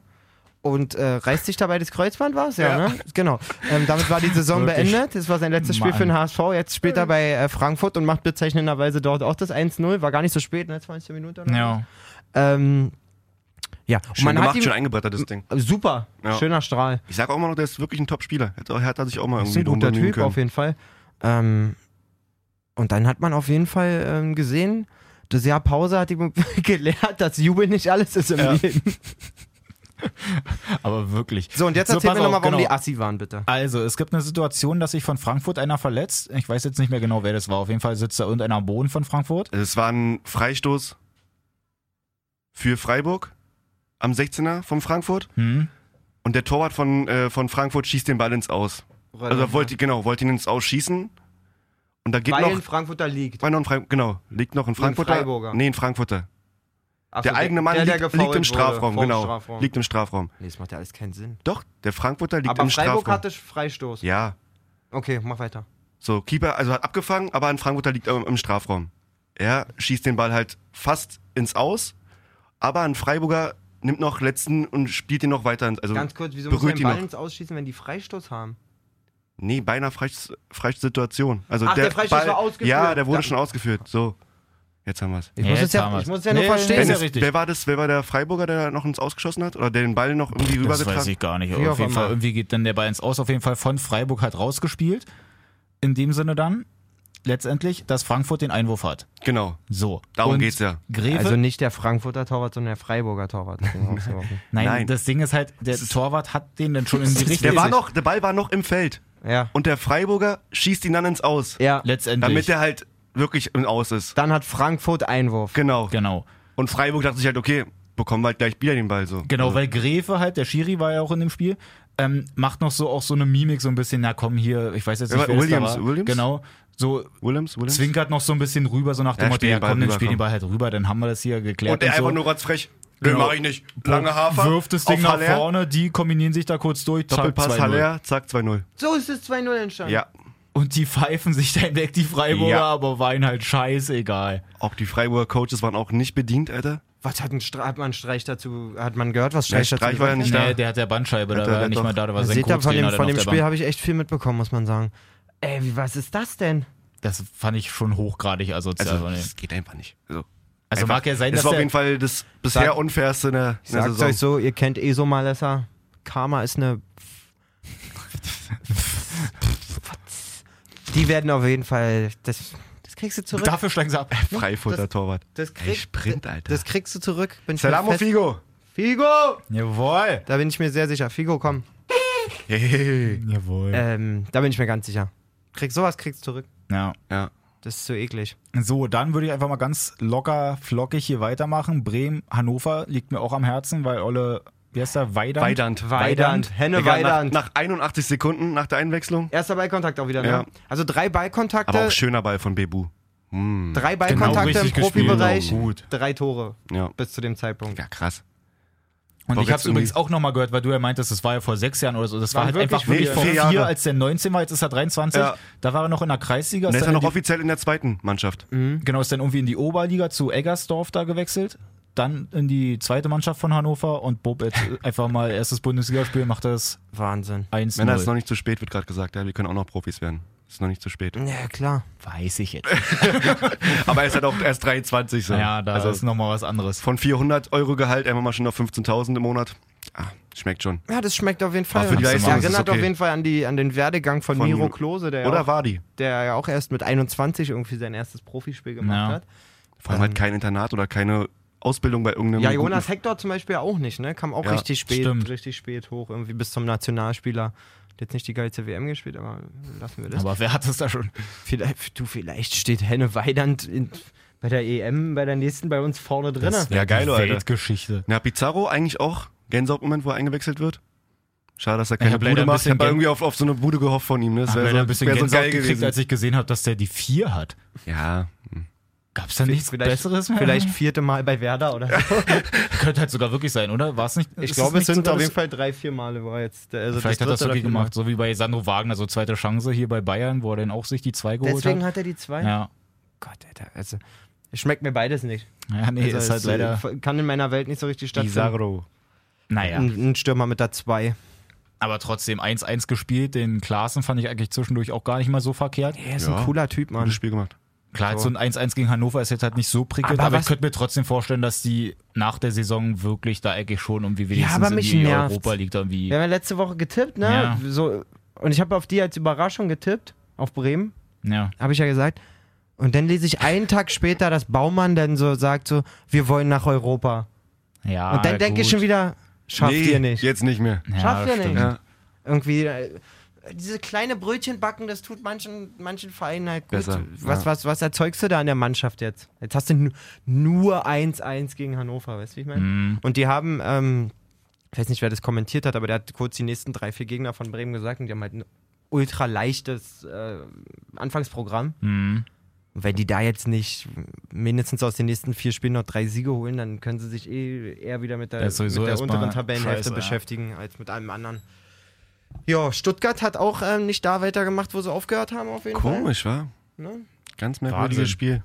Speaker 4: und äh, reißt sich dabei das Kreuzband was? Ja,
Speaker 3: Ja.
Speaker 4: ne? Genau. Ähm, damit war die Saison
Speaker 2: Wirklich.
Speaker 4: beendet. Das war sein letztes Spiel für den HSV. Jetzt spielt er bei äh, Frankfurt und macht bezeichnenderweise dort auch das 1-0. War gar nicht so spät, ne? 20 Minuten oder
Speaker 2: ja.
Speaker 4: ähm, ja, und
Speaker 3: Schön
Speaker 4: man
Speaker 3: gemacht,
Speaker 4: hat ihm,
Speaker 3: schön eingebrettert, das Ding.
Speaker 4: super,
Speaker 3: Ja.
Speaker 4: schöner Strahl.
Speaker 3: Ich sag auch immer noch, der ist wirklich ein Top-Spieler. Hätte auch- Hertha sich auch mal
Speaker 4: Ist
Speaker 3: irgendwie
Speaker 4: ein
Speaker 3: drum
Speaker 4: guter
Speaker 3: bemühen
Speaker 4: Typ
Speaker 3: können.
Speaker 4: auf jeden Fall. Ähm, und dann hat man auf jeden Fall ähm, gesehen, das Jahr Pause hat ihm gelehrt, dass Jubel nicht alles ist im
Speaker 3: Ja.
Speaker 4: Leben.
Speaker 2: Aber wirklich.
Speaker 4: So, und jetzt
Speaker 2: So,
Speaker 4: erzähl
Speaker 2: pass
Speaker 4: mir
Speaker 2: auf,
Speaker 4: nochmal, warum
Speaker 2: genau.
Speaker 4: die Assi waren, bitte.
Speaker 2: Also, es gibt eine Situation, dass sich von Frankfurt einer verletzt. Ich weiß jetzt nicht mehr genau, wer das war. Auf jeden Fall sitzt da irgendeiner am Boden von Frankfurt.
Speaker 3: Es war ein Freistoß für Freiburg am 16er von Frankfurt.
Speaker 2: Hm?
Speaker 3: Und der Torwart von, äh, von Frankfurt schießt den Ball ins Aus. Also er wollte, genau, wollte ihn ins Aus schießen. Und da geht
Speaker 4: Weil ein
Speaker 3: noch.
Speaker 4: Frankfurter liegt.
Speaker 3: War noch ein Fre genau, liegt noch ein Frankfurter.
Speaker 4: Freiburger.
Speaker 3: Nee, ein Frankfurter.
Speaker 4: Ach so,
Speaker 3: der eigene Mann
Speaker 4: der
Speaker 3: liegt,
Speaker 4: gefoult
Speaker 3: liegt im
Speaker 4: wurde,
Speaker 3: Strafraum,
Speaker 4: vorm
Speaker 3: genau.
Speaker 4: Strafraum.
Speaker 3: Liegt im Strafraum.
Speaker 4: Nee, das macht ja alles keinen Sinn.
Speaker 3: Doch, der Frankfurter liegt
Speaker 4: Aber
Speaker 3: im
Speaker 4: Freiburg
Speaker 3: Strafraum.
Speaker 4: hatte Freistoß.
Speaker 3: ja,
Speaker 4: Okay, mach weiter.
Speaker 3: so, Keeper, also hat abgefangen, aber ein Frankfurter liegt im, im Strafraum. Er schießt den Ball halt fast ins Aus, aber ein Freiburger nimmt noch letzten und spielt ihn noch weiter. ins- Also,
Speaker 4: Ganz kurz, wieso muss
Speaker 3: Berührt
Speaker 4: man den
Speaker 3: ihn
Speaker 4: Ball
Speaker 3: noch.
Speaker 4: ins Ausschießen, wenn die Freistoß haben?
Speaker 3: nee, beinahe Freistoß- Freistoßsituation. Also
Speaker 4: Ach, der Freistoß war ausgeführt.
Speaker 3: Ja, der wurde
Speaker 4: Ja.
Speaker 3: schon ausgeführt. So, jetzt haben wir's.
Speaker 4: Ich
Speaker 2: Ja,
Speaker 4: muss,
Speaker 2: jetzt
Speaker 4: es ja,
Speaker 2: haben wir's.
Speaker 4: ich muss es ja nur
Speaker 2: Nee,
Speaker 4: verstehen.
Speaker 2: Ist
Speaker 3: Wenn
Speaker 2: ja
Speaker 3: es-
Speaker 2: richtig.
Speaker 3: Wer war das? Wer war der Freiburger, der noch ins Ausgeschossen hat? Oder der den Ball noch irgendwie
Speaker 2: Das
Speaker 3: rübergetragen
Speaker 2: weiß
Speaker 3: hat?
Speaker 2: ich gar nicht.
Speaker 4: Wie
Speaker 2: Auf
Speaker 4: auch
Speaker 2: jeden
Speaker 4: immer.
Speaker 2: Fall, irgendwie geht dann der Ball ins Aus. Auf jeden Fall von Freiburg hat rausgespielt. In dem Sinne dann, letztendlich, dass Frankfurt den Einwurf hat.
Speaker 3: Genau,
Speaker 2: So.
Speaker 3: darum
Speaker 2: Und
Speaker 3: geht's ja.
Speaker 2: Greve,
Speaker 4: Also nicht der Frankfurter Torwart, sondern der Freiburger Torwart. hat den rausgeworfen.
Speaker 2: nein,
Speaker 3: Nein.
Speaker 2: das Ding ist halt, der Torwart hat den dann schon in die Richtung.
Speaker 3: Der, war noch, der Ball war noch im Feld.
Speaker 4: ja.
Speaker 3: Und der Freiburger schießt ihn dann ins Aus.
Speaker 4: ja.
Speaker 2: Letztendlich.
Speaker 3: Damit der halt wirklich im Aus ist.
Speaker 4: Dann hat Frankfurt Einwurf.
Speaker 3: Genau.
Speaker 2: genau.
Speaker 3: Und Freiburg dachte sich halt, okay, bekommen wir halt gleich wieder den Ball so.
Speaker 2: Genau, weil Greve halt, der Schiri war ja auch in dem Spiel, ähm, macht noch so auch so eine Mimik, so ein bisschen, na komm hier, ich weiß jetzt nicht,
Speaker 3: Ja,
Speaker 2: wer das
Speaker 3: Williams,
Speaker 2: da war.
Speaker 3: Williams?
Speaker 2: Genau. So
Speaker 3: Williams, Williams.
Speaker 2: zwinkert noch so ein bisschen rüber, so nach dem
Speaker 3: Ja,
Speaker 2: Motto,
Speaker 3: spiel
Speaker 2: ja
Speaker 3: den Ball
Speaker 2: komm, dann
Speaker 3: rüber,
Speaker 2: spiel den
Speaker 3: komm.
Speaker 2: Ball halt rüber, dann haben wir das hier geklärt.
Speaker 3: Und der
Speaker 2: so.
Speaker 3: einfach nur rotzfrech. Den
Speaker 2: Genau.
Speaker 3: mach ich nicht. Lange Hafer.
Speaker 2: wirft das Ding
Speaker 3: auf
Speaker 2: nach
Speaker 3: Haller.
Speaker 2: vorne, die kombinieren sich da kurz durch, zack,
Speaker 3: Doppelpass
Speaker 2: 2-0.
Speaker 3: Haller, zack, 2-0.
Speaker 4: So ist es 2-0 entstanden.
Speaker 3: Ja.
Speaker 2: Und die pfeifen sich dann weg, die Freiburger,
Speaker 3: Ja.
Speaker 2: aber waren halt scheißegal.
Speaker 3: Auch die Freiburger Coaches waren auch nicht bedient, Alter.
Speaker 4: Was hat, ein Stra- hat man Streich dazu? Hat man gehört, was
Speaker 3: Der
Speaker 4: Streich dazu
Speaker 3: Streich war ja
Speaker 4: gesagt
Speaker 3: nicht
Speaker 2: Nee,
Speaker 3: da.
Speaker 2: der hat ja Bandscheibe,
Speaker 3: Hat
Speaker 2: da
Speaker 3: er
Speaker 2: war er
Speaker 3: doch-
Speaker 2: nicht mal da, da war
Speaker 4: hat?
Speaker 2: sein
Speaker 4: Seht ihr, von
Speaker 2: Co-Trainer
Speaker 4: dem,
Speaker 2: dann
Speaker 4: von
Speaker 2: auf
Speaker 4: dem
Speaker 2: der
Speaker 4: Spiel
Speaker 3: halt.
Speaker 2: Bank.
Speaker 4: habe ich echt viel mitbekommen, muss man sagen. Ey, wie, was ist das denn?
Speaker 2: Das fand ich schon hochgradig asozial.
Speaker 3: Also,
Speaker 2: Also,
Speaker 3: das geht einfach nicht. Also,
Speaker 2: also
Speaker 3: einfach-
Speaker 2: mag ja sein,
Speaker 3: das
Speaker 2: dass
Speaker 3: war auf
Speaker 2: der,
Speaker 3: jeden Fall das bisher
Speaker 4: Sag-
Speaker 3: unfairste in der,
Speaker 4: Ich
Speaker 3: in der
Speaker 4: sag's
Speaker 3: Saison.
Speaker 4: euch so, ihr kennt eh so Malessa. Karma ist eine. Die werden auf jeden Fall. Das, das kriegst du zurück.
Speaker 2: dafür schlagen sie ab.
Speaker 3: Freifutter Torwart.
Speaker 4: Das,
Speaker 3: Ey, Sprint, Alter.
Speaker 4: das kriegst du zurück. Bin ich mir
Speaker 3: Salamo
Speaker 4: fest-
Speaker 3: Figo.
Speaker 4: Figo!
Speaker 2: Jawohl.
Speaker 4: Da bin ich mir sehr sicher. Figo, komm.
Speaker 3: Hey.
Speaker 2: Jawohl.
Speaker 3: Äh.
Speaker 4: Ähm, da bin ich mir ganz sicher. Krieg sowas, kriegst du zurück.
Speaker 2: Ja.
Speaker 3: Ja.
Speaker 4: Das ist so eklig.
Speaker 2: So, dann würde ich einfach mal ganz locker, flockig hier weitermachen. Bremen, Hannover liegt mir auch am Herzen, weil Olle, wie heißt der? Weidand.
Speaker 3: Weidand.
Speaker 2: Weidand.
Speaker 4: Henne
Speaker 3: Digga,
Speaker 4: Weidand.
Speaker 3: Nach, nach 81 Sekunden nach der Einwechslung.
Speaker 4: Erster Ballkontakt auch wieder, ne?
Speaker 3: Ja.
Speaker 4: Also drei Ballkontakte,
Speaker 3: Aber auch schöner Ball von Bebu. Mm.
Speaker 4: drei Ballkontakte im
Speaker 2: richtig gespielt.
Speaker 4: Profibereich,
Speaker 3: Genau, gut.
Speaker 4: drei Tore
Speaker 3: Ja.
Speaker 4: bis zu dem Zeitpunkt.
Speaker 3: ja, krass.
Speaker 2: Und
Speaker 3: War
Speaker 2: ich habe es
Speaker 3: jetzt
Speaker 2: übrigens
Speaker 3: irgendwie-
Speaker 2: auch nochmal gehört, weil du ja meintest, das war ja vor sechs Jahren oder so. Das war,
Speaker 4: Waren
Speaker 2: halt
Speaker 4: wirklich
Speaker 2: einfach wirklich
Speaker 3: vier
Speaker 2: vor vier,
Speaker 3: Jahre.
Speaker 2: als der 19 war, jetzt ist er 23.
Speaker 3: Ja.
Speaker 2: Da war er noch in der Kreisliga.
Speaker 3: Und er ist ja
Speaker 2: dann
Speaker 3: noch
Speaker 2: in die,
Speaker 3: offiziell in der zweiten Mannschaft.
Speaker 2: genau, ist dann irgendwie in die Oberliga zu Eggersdorf da gewechselt. Dann in die zweite Mannschaft von Hannover und Bob jetzt einfach mal erstes Bundesligaspiel macht das
Speaker 4: Wahnsinn.
Speaker 2: 1
Speaker 3: Männer, es ist noch nicht zu spät, wird gerade gesagt. Ja, wir können auch noch Profis werden. Es ist noch nicht zu spät.
Speaker 4: Ja, klar.
Speaker 2: Weiß ich jetzt.
Speaker 3: Aber er ist halt auch erst 23. So.
Speaker 2: Ja, da
Speaker 3: also
Speaker 2: ist nochmal was anderes.
Speaker 3: von 400 Euro Gehalt, einmal mal schon auf 15.000 im Monat. Ah, schmeckt schon.
Speaker 4: Ja, das schmeckt auf jeden Fall.
Speaker 3: Aber für die
Speaker 4: Das
Speaker 3: Leistung ist es
Speaker 4: erinnert
Speaker 3: okay.
Speaker 4: auf jeden Fall an, die, an den Werdegang von,
Speaker 3: Von-
Speaker 4: Miro Klose, der, ja
Speaker 3: Oder
Speaker 4: auch,
Speaker 3: war die?
Speaker 4: der ja auch erst mit 21 irgendwie sein erstes Profispiel gemacht
Speaker 2: Ja.
Speaker 4: hat.
Speaker 2: Ähm.
Speaker 3: Vor allem halt kein Internat oder keine Ausbildung bei irgendeinem.
Speaker 4: Ja,
Speaker 3: guten-
Speaker 4: Jonas Hector zum Beispiel auch nicht, ne? Kam auch
Speaker 3: Ja,
Speaker 4: richtig spät,
Speaker 2: stimmt.
Speaker 4: richtig spät hoch, irgendwie bis zum Nationalspieler. Hat Jetzt nicht die geilste WM gespielt, aber lassen wir das.
Speaker 2: Aber wer hat das da schon?
Speaker 4: Vielleicht, du, vielleicht steht Henne Weidand in, bei der EM, bei der nächsten bei uns vorne drin.
Speaker 2: Das
Speaker 3: Ja, geil,
Speaker 2: die
Speaker 3: Leute.
Speaker 2: Weltgeschichte.
Speaker 3: Na, Pizarro eigentlich auch. Gänsehaut-Moment, wo er eingewechselt wird. Schade, dass er
Speaker 2: Ich
Speaker 3: keine
Speaker 2: hab leider
Speaker 3: Bude
Speaker 2: ein
Speaker 3: macht. Ich
Speaker 2: bisschen
Speaker 3: habe
Speaker 2: Gän-
Speaker 3: irgendwie auf, auf so eine Bude gehofft von ihm. Ne? Das
Speaker 2: Hab
Speaker 3: wäre
Speaker 2: leider
Speaker 3: so,
Speaker 2: ein bisschen
Speaker 3: wär so
Speaker 2: Gänsehaut
Speaker 3: geil
Speaker 2: gekriegt,
Speaker 3: gewesen.
Speaker 2: als ich gesehen habe, dass der die 4 hat.
Speaker 3: ja,
Speaker 2: Gab's da nichts
Speaker 4: vielleicht,
Speaker 2: Besseres mehr?
Speaker 4: Vielleicht vierte Mal bei Werder oder so.
Speaker 2: Könnte halt sogar wirklich sein, oder? War es nicht?
Speaker 4: Ich
Speaker 2: ist
Speaker 4: glaube, es
Speaker 2: nicht
Speaker 4: sind
Speaker 2: sogar
Speaker 4: auf
Speaker 2: das-
Speaker 4: jeden Fall drei, vier Male war jetzt. der- Also
Speaker 2: Vielleicht
Speaker 4: das
Speaker 2: hat das
Speaker 4: dritte oder
Speaker 2: wirklich
Speaker 4: vierte
Speaker 2: gemacht, so wie bei Sandro Wagner, so zweite Chance hier bei Bayern, wo er dann auch sich die 2
Speaker 4: Mal.
Speaker 2: geholt
Speaker 4: Deswegen
Speaker 2: hat.
Speaker 4: hat er die zwei.
Speaker 2: Ja.
Speaker 4: Gott, Alter, also schmeckt mir beides nicht.
Speaker 2: ja, nee,
Speaker 4: also,
Speaker 2: ist halt
Speaker 4: es,
Speaker 2: leider.
Speaker 4: äh, Kann in meiner Welt nicht so richtig stattfinden.
Speaker 2: Naja,
Speaker 4: Ein, ein Stürmer mit der zwei.
Speaker 2: aber trotzdem 1-1 gespielt. Den Klaassen fand ich eigentlich zwischendurch auch gar nicht mal so verkehrt.
Speaker 4: Er ist
Speaker 3: Ja.
Speaker 4: ein cooler Typ, Mann.
Speaker 3: gutes Spiel gemacht.
Speaker 2: Klar, so ein 1-1 gegen Hannover ist jetzt halt nicht so prickelnd,
Speaker 4: Aber
Speaker 2: aber,
Speaker 4: was-
Speaker 2: ich könnte mir trotzdem vorstellen, dass die nach der Saison wirklich da eigentlich schon irgendwie wenigstens
Speaker 4: aber
Speaker 2: in
Speaker 4: mich
Speaker 2: die
Speaker 4: nervt's.
Speaker 2: Europa League da irgendwie.
Speaker 4: Wir haben ja letzte Woche getippt, ne?
Speaker 2: Ja.
Speaker 4: So, und ich habe auf die als Überraschung getippt, auf Bremen.
Speaker 2: Ja.
Speaker 4: habe ich ja gesagt. Und dann lese ich einen Tag später, dass Baumann dann so sagt, so, wir wollen nach Europa.
Speaker 2: ja
Speaker 4: Und dann denke ich schon wieder, schafft
Speaker 3: nee,
Speaker 4: ihr nicht.
Speaker 3: Jetzt nicht mehr.
Speaker 2: Ah, Ja,
Speaker 4: Schafft ihr
Speaker 2: stimmt.
Speaker 4: nicht.
Speaker 3: Ja.
Speaker 4: Irgendwie, äh, diese kleine Brötchen backen, das tut manchen, manchen Vereinen halt gut.
Speaker 3: Besser,
Speaker 4: Was,
Speaker 3: ja.
Speaker 4: was, was erzeugst du da an der Mannschaft jetzt? Jetzt hast du nu- nur 1-1 gegen Hannover, weißt du, wie ich meine?
Speaker 2: Mhm.
Speaker 4: Und die haben, ähm, ich weiß nicht, wer das kommentiert hat, aber der hat kurz die nächsten drei, vier Gegner von Bremen gesagt und die haben halt ein ultra leichtes äh, Anfangsprogramm.
Speaker 2: Mhm.
Speaker 4: Und Wenn die da jetzt nicht mindestens aus den nächsten vier Spielen noch drei Siege holen, dann können sie sich eh eher wieder mit der,
Speaker 2: Ja, ist
Speaker 4: mit
Speaker 2: sowieso
Speaker 4: der
Speaker 2: erstmal
Speaker 4: unteren Tabellenhälfte
Speaker 2: scheiße, ja.
Speaker 4: beschäftigen als mit allem anderen. Ja, Stuttgart hat auch ähm, nicht da weitergemacht, wo sie aufgehört haben, auf jeden Fall.
Speaker 3: Komisch, war?
Speaker 4: Ne?
Speaker 3: Ganz merkwürdiges
Speaker 2: Wahnsinn.
Speaker 3: Spiel.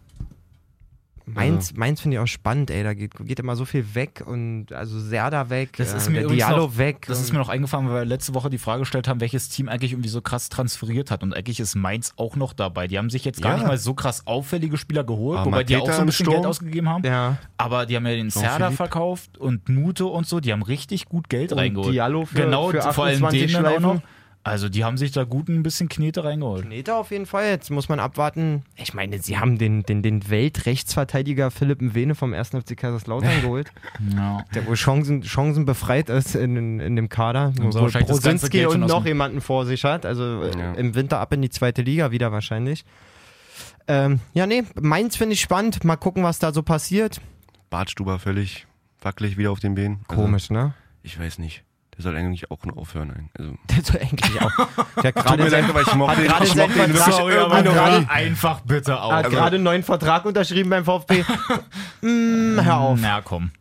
Speaker 4: Mainz, Mainz finde ich auch spannend, ey. Da geht, geht immer so viel weg und also Serda weg,
Speaker 2: Das ist
Speaker 4: äh,
Speaker 2: mir
Speaker 4: der
Speaker 2: übrigens
Speaker 4: Diallo
Speaker 2: noch-
Speaker 4: weg.
Speaker 2: Das ist mir noch eingefallen, weil wir letzte Woche die Frage gestellt haben, welches Team eigentlich irgendwie so krass transferiert hat. Und eigentlich ist Mainz auch noch dabei. Die haben sich jetzt gar
Speaker 3: Ja.
Speaker 2: nicht mal so krass auffällige Spieler geholt,
Speaker 3: Ah,
Speaker 2: wobei die auch
Speaker 3: Mateta
Speaker 2: so ein
Speaker 3: im
Speaker 2: bisschen
Speaker 3: Sturm.
Speaker 2: Geld ausgegeben haben.
Speaker 4: ja.
Speaker 2: Aber die haben ja den Serda
Speaker 3: Jean-Philippe.
Speaker 2: verkauft und Mute und so. Die haben richtig gut Geld
Speaker 4: Und
Speaker 2: reingeholt.
Speaker 4: Diallo für-
Speaker 2: genau,
Speaker 4: für
Speaker 2: vor allem
Speaker 4: 28
Speaker 2: den dann auch noch.
Speaker 4: Schleifen.
Speaker 2: Also die haben sich da gut ein bisschen Knete reingeholt.
Speaker 4: Meter auf jeden Fall. Jetzt muss man abwarten. Ich meine, sie haben den, den, den Weltrechtsverteidiger Philipp Mwene vom 1. FC Kaiserslautern geholt.
Speaker 2: Ja.
Speaker 4: Der wohl Chancen, Chancen befreit ist in, in, in dem Kader.
Speaker 2: haben sie
Speaker 4: Wohl
Speaker 2: wahrscheinlich das ganze
Speaker 4: Brosinski
Speaker 2: Geld schon
Speaker 4: und noch
Speaker 2: ausgegeben.
Speaker 4: jemanden vor sich hat. Also äh,
Speaker 3: Ja.
Speaker 4: im Winter ab in die zweite Liga wieder wahrscheinlich. Ähm, ja, nee, Mainz finde ich spannend. Mal gucken, was da so passiert.
Speaker 3: Bartstuber völlig wackelig wieder auf den Beinen. Also,
Speaker 4: Komisch, ne?
Speaker 3: Ich weiß nicht. Der soll eigentlich auch nur aufhören. ein. Also,
Speaker 4: Der soll eigentlich auch.
Speaker 3: tut
Speaker 4: Der hat
Speaker 3: mir
Speaker 4: gerade
Speaker 3: leid,
Speaker 4: seinen-
Speaker 3: aber ich mochte den,
Speaker 4: gerade
Speaker 3: ich
Speaker 4: sein
Speaker 3: mochte den
Speaker 4: Vertrag-
Speaker 3: wirklich
Speaker 4: Sorry,
Speaker 3: irgendwie
Speaker 4: aber
Speaker 3: noch
Speaker 4: gerade-
Speaker 3: nie.
Speaker 2: einfach bitte
Speaker 4: hat
Speaker 2: auf.
Speaker 4: Ah,
Speaker 2: Also,
Speaker 4: gerade einen neuen Vertrag unterschrieben beim VfB. mm, hör auf.
Speaker 2: Na komm,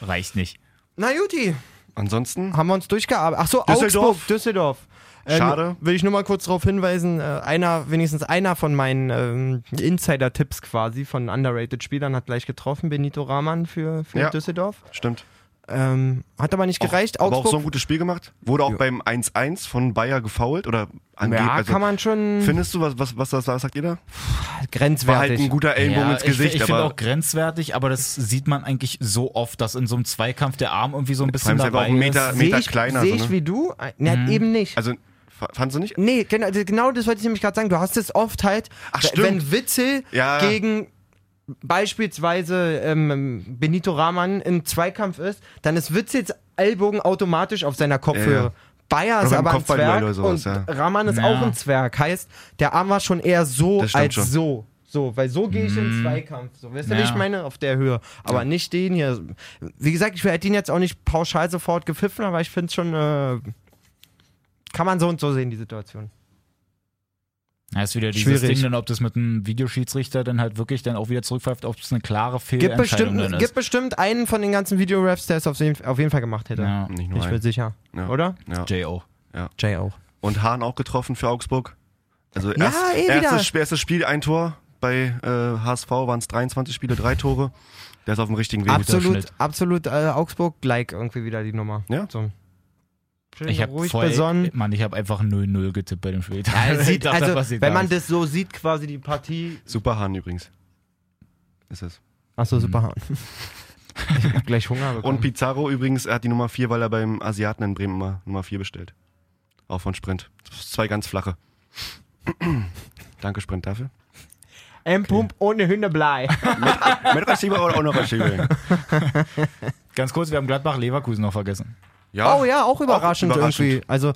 Speaker 2: reicht nicht.
Speaker 4: Na Juti,
Speaker 3: Ansonsten
Speaker 4: haben wir uns durchgearbeitet. Ach so,
Speaker 3: Düsseldorf.
Speaker 4: Augsburg, Düsseldorf. Ähm,
Speaker 3: Schade.
Speaker 4: Will ich nur mal kurz darauf hinweisen, äh, einer, wenigstens einer von meinen ähm, Insider-Tipps quasi von Underrated-Spielern hat gleich getroffen, Benito Rahman für, für
Speaker 3: Ja.
Speaker 4: Düsseldorf.
Speaker 3: Stimmt.
Speaker 4: Ähm, hat aber nicht gereicht.
Speaker 3: Aber auch so
Speaker 4: Augsburg,
Speaker 3: ein gutes Spiel gemacht. Wurde auch
Speaker 4: Ja.
Speaker 3: beim 1-1 von Bayer gefault oder angeblich.
Speaker 4: ja,
Speaker 3: also,
Speaker 4: kann man schon
Speaker 3: Findest du, was, was, was das war, sagt ihr da? War halt
Speaker 4: grenzwertig.
Speaker 3: ein guter Ellenbogen
Speaker 2: Ja,
Speaker 3: ins Gesicht,
Speaker 2: ich, ich finde
Speaker 3: aber
Speaker 2: auch grenzwertig, aber das sieht man eigentlich so oft, dass in so einem Zweikampf der Arm irgendwie so ein bisschen
Speaker 3: allem ist er aber
Speaker 2: dabei
Speaker 3: auch ein Meter-
Speaker 2: ist.
Speaker 3: Meter
Speaker 4: Sehe ich,
Speaker 3: kleiner,
Speaker 4: seh
Speaker 3: so,
Speaker 4: ich
Speaker 3: ne?
Speaker 4: wie du? Ne, eben nicht.
Speaker 3: also fa- fandst du nicht?
Speaker 4: Nee, genau, genau das wollte ich nämlich gerade sagen. Du hast es oft halt,
Speaker 3: Ach,
Speaker 4: w-
Speaker 3: stimmt.
Speaker 4: wenn Witzel
Speaker 3: Ja.
Speaker 4: gegen beispielsweise ähm, Benito Rahman im Zweikampf ist, dann ist Witzels Ellbogen automatisch auf seiner Kopfhöhe.
Speaker 3: Ja.
Speaker 4: Bayer ist
Speaker 3: Oder beim
Speaker 4: aber ein
Speaker 3: Kopfballduell oder
Speaker 4: Zwerg
Speaker 3: sowas,
Speaker 4: und
Speaker 3: ja.
Speaker 4: Rahman ist
Speaker 2: Ja.
Speaker 4: auch ein Zwerg. Heißt, der Arm war schon eher so
Speaker 3: Das stimmt
Speaker 4: als
Speaker 3: schon.
Speaker 4: so. So, weil so gehe ich in den Zweikampf. So, weißt du, wie
Speaker 2: Ja.
Speaker 4: ich meine? Auf der Höhe. Aber nicht den hier. Wie gesagt, ich hätte ihn jetzt auch nicht pauschal sofort gepfiffen, aber ich finde es schon, äh, kann man so und so sehen, die Situation.
Speaker 2: Ja, ist wieder dieses
Speaker 4: Schwierig.
Speaker 2: Ding, dann, ob das mit einem Videoschiedsrichter dann halt wirklich dann auch wieder zurückpfeift, ob es eine klare
Speaker 4: Gibt
Speaker 2: Fehlentscheidung dann
Speaker 4: bestimmt,
Speaker 2: ist.
Speaker 4: gibt bestimmt einen von den ganzen Videorefs, der es auf jeden, auf jeden Fall gemacht hätte.
Speaker 2: Ja,
Speaker 3: Nicht
Speaker 4: Bin
Speaker 3: nur
Speaker 4: ich mir
Speaker 3: ein.
Speaker 4: sicher.
Speaker 3: Ja.
Speaker 4: Oder?
Speaker 3: Ja.
Speaker 2: J.O.
Speaker 4: Jay auch.
Speaker 3: Und Hahn auch getroffen für Augsburg. Also
Speaker 4: Ja,
Speaker 3: erst,
Speaker 4: eh wieder.
Speaker 3: erstes, Sp- erstes Spiel ein Tor. Bei äh, HSV waren es 23 Spiele, drei Tore. Der ist auf dem richtigen Weg.
Speaker 4: Absolut,
Speaker 2: Schnitt.
Speaker 4: absolut äh, Augsburg-like irgendwie wieder die Nummer.
Speaker 3: Ja.
Speaker 4: So. Schön
Speaker 2: Ich habe
Speaker 4: ruhig
Speaker 2: voll,
Speaker 4: besonnen.
Speaker 2: Mann, ich habe einfach 0-0 getippt bei dem Spiel.
Speaker 4: Ja,
Speaker 2: Ich
Speaker 4: sieht,
Speaker 2: dachte, da
Speaker 4: also,
Speaker 2: passiert
Speaker 4: wenn
Speaker 2: gar
Speaker 4: man
Speaker 2: nichts.
Speaker 4: das so sieht, quasi die Partie.
Speaker 3: Super Hahn übrigens. Ist es.
Speaker 4: Achso, super. ich hab gleich Hunger bekommen.
Speaker 3: Und Pizarro übrigens, er hat die Nummer 4, weil er beim Asiaten in Bremen immer Nummer 4 bestellt. Auch von Sprint. Zwei ganz flache. Danke, Sprint, dafür.
Speaker 4: Ein Pump ohne Hündeblei.
Speaker 3: Mit Receiver oder ohne
Speaker 4: Oh,
Speaker 3: Receiver?
Speaker 2: Ganz kurz, wir haben Gladbach-Leverkusen noch vergessen.
Speaker 4: Oh ja, auch überraschend,
Speaker 3: überraschend.
Speaker 4: irgendwie. Also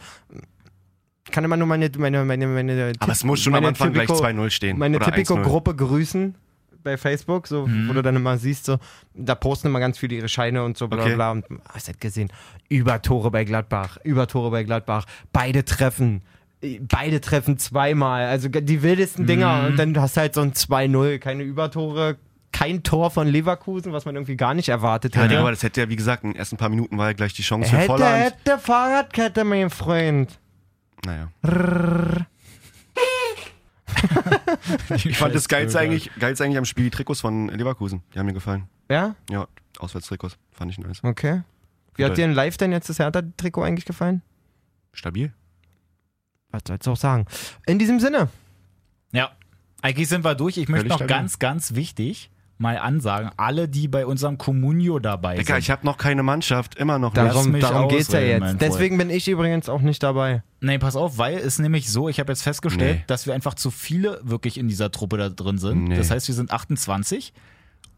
Speaker 4: kann immer nur meine meine meine meine
Speaker 3: Aber es muss schon
Speaker 4: meine
Speaker 3: am Anfang
Speaker 4: Tipico-
Speaker 3: gleich 2-0 stehen.
Speaker 4: meine
Speaker 3: oder
Speaker 4: Typico-Gruppe grüßen bei Facebook, so
Speaker 3: Mhm.
Speaker 4: wo du dann immer siehst, so da posten immer ganz viele ihre Scheine und so bla
Speaker 3: Okay.
Speaker 4: bla. Und, hast du das gesehen? Übertore bei Gladbach, Übertore bei Gladbach, beide treffen. äh, Beide treffen zweimal, also g- die wildesten
Speaker 3: Mhm.
Speaker 4: Dinger. Und dann hast du halt so ein 2-0, keine Übertore, kein Tor von Leverkusen, was man irgendwie gar nicht erwartet
Speaker 3: Ja,
Speaker 4: hätte.
Speaker 3: aber das hätte ja, wie gesagt, in den ersten paar Minuten war ja gleich die Chance für
Speaker 4: hätte,
Speaker 3: Volland.
Speaker 4: hätte Fahrradkette, mein Freund.
Speaker 3: Naja.
Speaker 2: Ich
Speaker 3: Ich fand das Geilste eigentlich, Geilste eigentlich am Spiel die Trikots von Leverkusen. Die haben mir gefallen.
Speaker 4: Ja?
Speaker 3: Ja, Auswärtstrikots. Fand ich nice.
Speaker 4: Okay. Wie hat dir in Live denn jetzt das Hertha-Trikot eigentlich gefallen?
Speaker 3: Stabil.
Speaker 4: Was sollst du auch sagen? In diesem Sinne.
Speaker 2: Ja, eigentlich sind wir durch. Ich möchte
Speaker 3: Völlig
Speaker 2: noch
Speaker 3: stabil.
Speaker 2: ganz, ganz wichtig mal ansagen, alle, die bei unserem Comunio dabei
Speaker 3: Digga,
Speaker 2: sind.
Speaker 3: ich habe noch keine Mannschaft. Immer noch nicht.
Speaker 2: Lass
Speaker 4: Darum,
Speaker 2: mich
Speaker 4: darum geht's ja
Speaker 2: ausreden,
Speaker 4: jetzt.
Speaker 2: mein Freund.
Speaker 4: Deswegen bin ich übrigens auch nicht dabei.
Speaker 2: Nee, pass auf, weil es nämlich so, ich habe jetzt festgestellt,
Speaker 3: Nee.
Speaker 2: dass wir einfach zu viele wirklich in dieser Truppe da drin sind.
Speaker 3: Nee.
Speaker 2: Das heißt, wir sind 28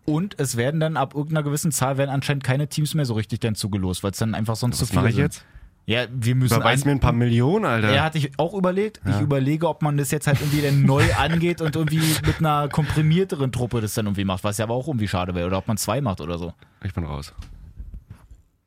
Speaker 2: und es werden dann ab irgendeiner gewissen Zahl werden anscheinend keine Teams mehr so richtig dann zugelost, weil es dann einfach sonst
Speaker 3: Was
Speaker 2: zu viele
Speaker 3: mache ich
Speaker 2: sind.
Speaker 3: jetzt?
Speaker 2: Ja, wir müssen
Speaker 3: Überweis
Speaker 2: an-
Speaker 3: mir ein paar Millionen, Alter.
Speaker 2: Ja, hatte ich auch überlegt. Ich überlege, ob man das jetzt halt irgendwie dann neu angeht und irgendwie mit einer komprimierteren Truppe das dann irgendwie macht, was ja aber auch irgendwie schade wäre. Oder ob man zwei macht oder so.
Speaker 3: Ich bin raus.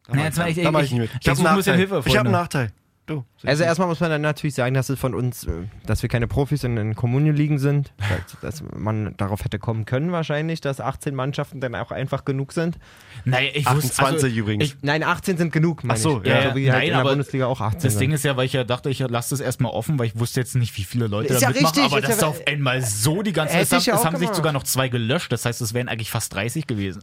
Speaker 3: Da
Speaker 2: Nee,
Speaker 3: mach
Speaker 2: jetzt mach ich-
Speaker 3: da mach
Speaker 2: ich-
Speaker 3: ich nicht mit.
Speaker 2: ich
Speaker 3: Ich habe
Speaker 2: suche
Speaker 3: einen
Speaker 2: ein bisschen
Speaker 3: Nachteil.
Speaker 2: Hilfe,
Speaker 3: ich habe
Speaker 2: Freunde.
Speaker 3: einen Nachteil. Du.
Speaker 4: Also erstmal muss man dann natürlich sagen, dass es von uns, äh, dass wir keine Profis in den Kommunio-Ligen sind. Dass- dass man darauf hätte kommen können wahrscheinlich, dass 18 Mannschaften dann auch einfach genug sind.
Speaker 2: Naja, ich wusste- also
Speaker 3: 28 übrigens.
Speaker 2: Ich,
Speaker 4: Nein, 18 sind genug, meine
Speaker 3: Ach so,
Speaker 4: ich.
Speaker 3: ja,
Speaker 4: so
Speaker 2: ja.
Speaker 4: wie halt
Speaker 2: Nein,
Speaker 4: in der
Speaker 2: aber
Speaker 4: Bundesliga auch 18
Speaker 2: das
Speaker 4: sind.
Speaker 2: Ding ist ja, weil ich ja dachte, ich lasse das erstmal offen, weil ich wusste jetzt nicht, wie viele Leute
Speaker 4: Ist
Speaker 2: da
Speaker 4: ja
Speaker 2: mitmachen,
Speaker 4: richtig,
Speaker 2: aber
Speaker 4: ist
Speaker 2: dass
Speaker 4: ja-
Speaker 2: da auf einmal so die ganzen,
Speaker 4: Hätte
Speaker 2: es haben,
Speaker 4: ich ja
Speaker 2: es
Speaker 4: auch
Speaker 2: haben sich
Speaker 4: gemacht.
Speaker 2: sogar noch zwei gelöscht, das heißt, es wären eigentlich fast 30 gewesen.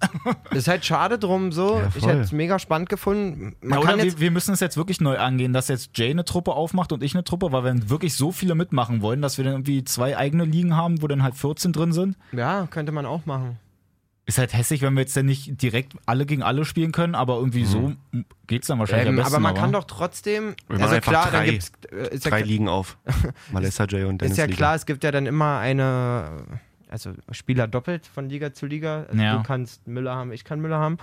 Speaker 4: ist halt schade drum so.
Speaker 3: Ja,
Speaker 4: ich
Speaker 3: voll.
Speaker 4: hätte es mega spannend gefunden. Man
Speaker 2: Na,
Speaker 4: kann
Speaker 2: oder
Speaker 4: jetzt
Speaker 2: wir, wir müssen es jetzt wirklich neu angehen, dass jetzt Jay eine Truppe aufmacht und ich eine Truppe, weil wenn wirklich so viele mitmachen wollen, dass wir dann irgendwie zwei eigene Ligen haben, wo dann halt 14 drin sind.
Speaker 4: Ja, könnte man auch machen.
Speaker 2: Ist halt hässlich, wenn wir jetzt dann nicht direkt alle gegen alle spielen können, aber irgendwie so geht's dann wahrscheinlich am
Speaker 4: Mhm. Ähm,
Speaker 2: besten.
Speaker 4: aber man kann doch trotzdem.
Speaker 3: Wir machen
Speaker 4: also
Speaker 3: einfach
Speaker 4: klar, dann
Speaker 3: drei-
Speaker 4: gibt's. Äh, ist ja,
Speaker 3: Drei Ligen auf. Malessa J und Dennis
Speaker 4: ist ja
Speaker 3: Liga.
Speaker 4: klar, es gibt ja dann immer eine. Also Spieler doppelt von Liga zu Liga. Also
Speaker 2: Ja.
Speaker 4: Du kannst Müller haben, ich kann Müller haben.